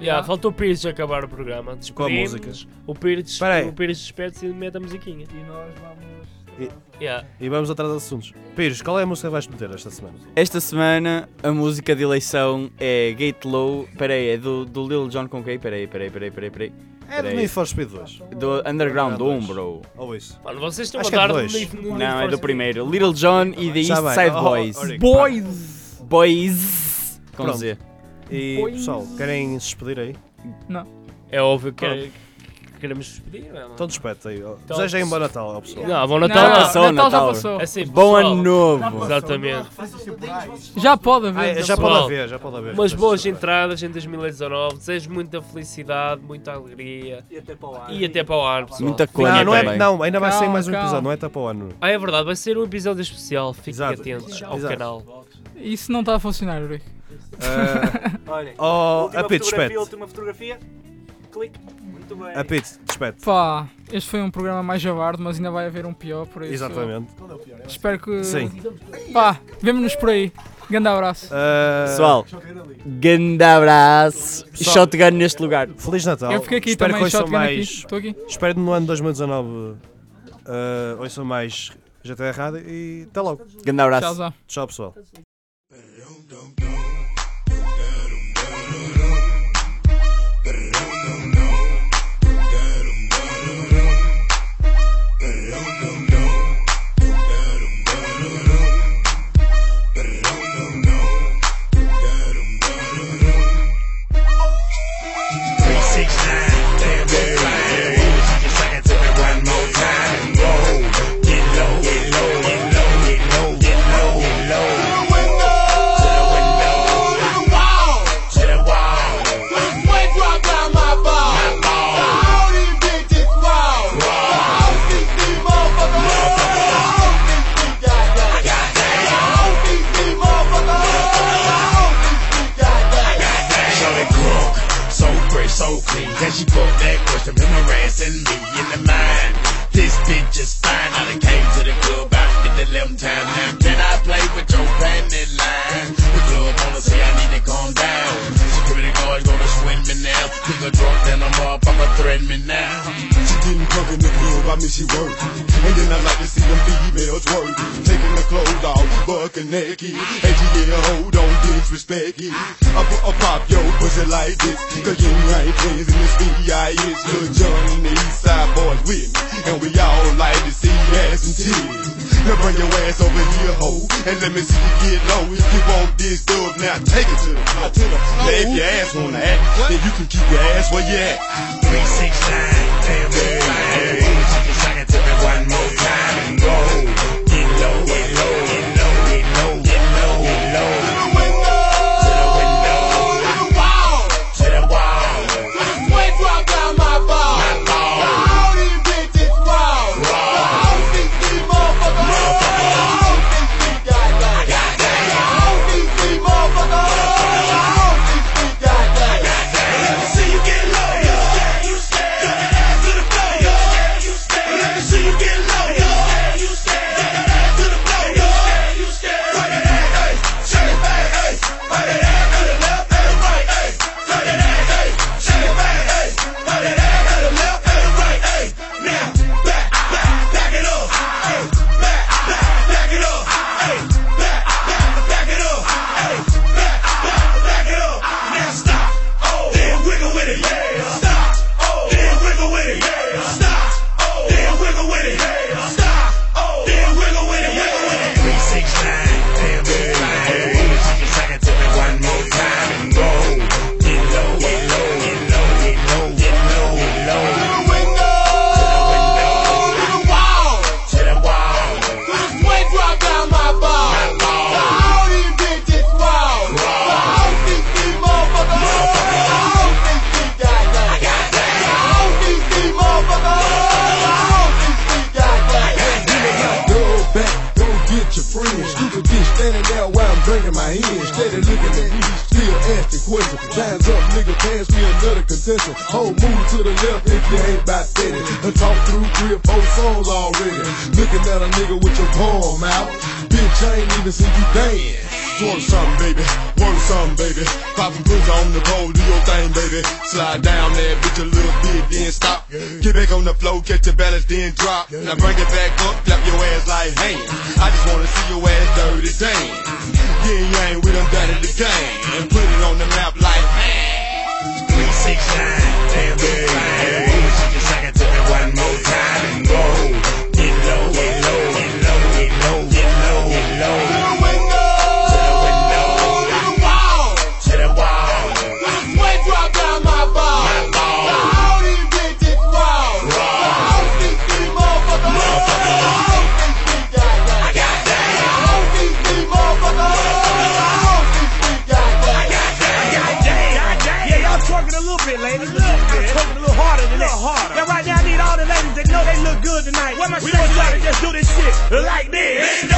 Speaker 3: Yeah, falta o Pires acabar o programa.
Speaker 2: Com a
Speaker 3: Despedimos.
Speaker 2: música.
Speaker 3: O Pires,
Speaker 2: Espera aí.
Speaker 3: o Pires despede-se e mete a musiquinha.
Speaker 7: E nós vamos.
Speaker 3: Yeah.
Speaker 2: E vamos atrás dos assuntos. Pires, qual é a música que vais meter esta semana?
Speaker 6: Esta semana a música de eleição é Gate Low. Peraí, é do, do Lil Jon com quem? Peraí, peraí, peraí, peraí, peraí.
Speaker 2: É do
Speaker 6: Peraí.
Speaker 2: Need for Speed 2.
Speaker 6: Do Underground 1, bro.
Speaker 2: Ou isso.
Speaker 3: Mano, vocês estão
Speaker 2: Acho
Speaker 3: a
Speaker 2: que é
Speaker 3: dar
Speaker 2: dois.
Speaker 3: um
Speaker 6: Não, é do primeiro. Little John e The
Speaker 2: Já
Speaker 6: East
Speaker 2: vai.
Speaker 6: Side
Speaker 2: Oh,
Speaker 6: Boys.
Speaker 2: oh, Rick,
Speaker 4: Boys!
Speaker 6: Boys. Com
Speaker 2: Pronto.
Speaker 6: Z.
Speaker 2: E
Speaker 4: Pois.
Speaker 2: pessoal, querem se despedir aí?
Speaker 3: É óbvio que que queremos pedir, não é?
Speaker 2: Então
Speaker 3: mano?
Speaker 2: despede aí. Desejem um bom Natal ao pessoal.
Speaker 3: Não, bom
Speaker 4: não,
Speaker 3: Natal.
Speaker 6: já
Speaker 4: não, Natal
Speaker 6: passou,
Speaker 4: já
Speaker 6: Natal.
Speaker 2: É
Speaker 4: passou.
Speaker 3: Assim,
Speaker 6: Bom
Speaker 3: pessoal,
Speaker 6: ano novo.
Speaker 3: Exatamente.
Speaker 7: Façam temporais.
Speaker 4: Já pode
Speaker 2: Ah,
Speaker 4: haver.
Speaker 2: é, já pode
Speaker 3: pessoal.
Speaker 2: haver, já pode haver.
Speaker 3: Umas boas
Speaker 2: Sim.
Speaker 3: entradas em 2019. Desejo muita felicidade, muita alegria.
Speaker 5: E até para o ar.
Speaker 3: E até para o ar, pessoal.
Speaker 6: Muita
Speaker 2: Não,
Speaker 6: coisa
Speaker 2: não, é,
Speaker 6: também.
Speaker 2: não, ainda vai sair
Speaker 4: Calma,
Speaker 2: mais um
Speaker 4: calma.
Speaker 2: episódio, não é até para o ano.
Speaker 3: Ah, é verdade, vai ser um episódio especial. Fiquem
Speaker 2: Exato.
Speaker 3: atentos ao
Speaker 2: Exato.
Speaker 3: canal.
Speaker 4: Isso não está a funcionar, Uric.
Speaker 2: Ah,
Speaker 5: Olhem.
Speaker 2: oh,
Speaker 5: última
Speaker 2: a Pete,
Speaker 5: fotografia,
Speaker 2: despede.
Speaker 5: última fotografia. Clique. Muito bem.
Speaker 2: A Pete, despede.
Speaker 4: Pá, este foi um programa mais javardo, mas ainda vai haver um pior, por isso...
Speaker 2: Exatamente.
Speaker 4: Espero que...
Speaker 2: Sim.
Speaker 4: Pá, vemo-nos por aí. Grande abraço.
Speaker 2: Ah,
Speaker 6: Pessoal, grande abraço. E
Speaker 2: Pessoal.
Speaker 6: Shotgun neste lugar.
Speaker 2: Feliz Natal.
Speaker 4: Eu fiquei aqui
Speaker 2: Espero
Speaker 4: também,
Speaker 2: que ouçam
Speaker 4: shotgun aqui.
Speaker 2: mais.
Speaker 4: Estou aqui.
Speaker 2: Espero que no ano 2019 ah, ouçam mais GT Rádio e até logo.
Speaker 6: Grande abraço.
Speaker 4: Tchau, tchau.
Speaker 2: Tchau, pessoal.
Speaker 8: it now. She getting drunk in the club, I mean she work. And then I like to see them females work. Taking the clothes off, bucking naked. And she get a hold on, disrespect it. I put a pop yo pussy like this. Cause you ain't friends in this VIS. Lil Johnny and the East Side boys with me. And we all like to see ass and titties. Now bring your ass over here, ho. And let me see you get low. If you want this stuff, now take it to the floor. Now if your ass wanna act, then you can keep your ass where you at. Go back, go get your friends. Stupid bitch standing there while I'm drinking my hand. Steady looking at me, still asking questions. Lines up, nigga, pass me another contestant. Whole move to the left if you ain't about 30. I talked through three or four songs already. Looking at a nigga with your palm out. Bitch, I ain't even seen you dance. Want some, baby. Want some, baby. Poppin' pussy on the pole, do your thing, baby. Slide down that bitch a little bit, then stop. Get back on the floor, catch your balance, then drop. Now bring it back up, clap your ass like hands. I just wanna see your ass dirty dance. Yeah, you ain't with them dirty the game. And put it on the map like hands. Three, six, nine, damn, damn.
Speaker 5: Yeah, y'all twerking a little bit, ladies. I'm twerking a little harder than that. Harder. Now right now I need all the ladies that know they look good tonight. Where my we gonna try to just do this shit like this.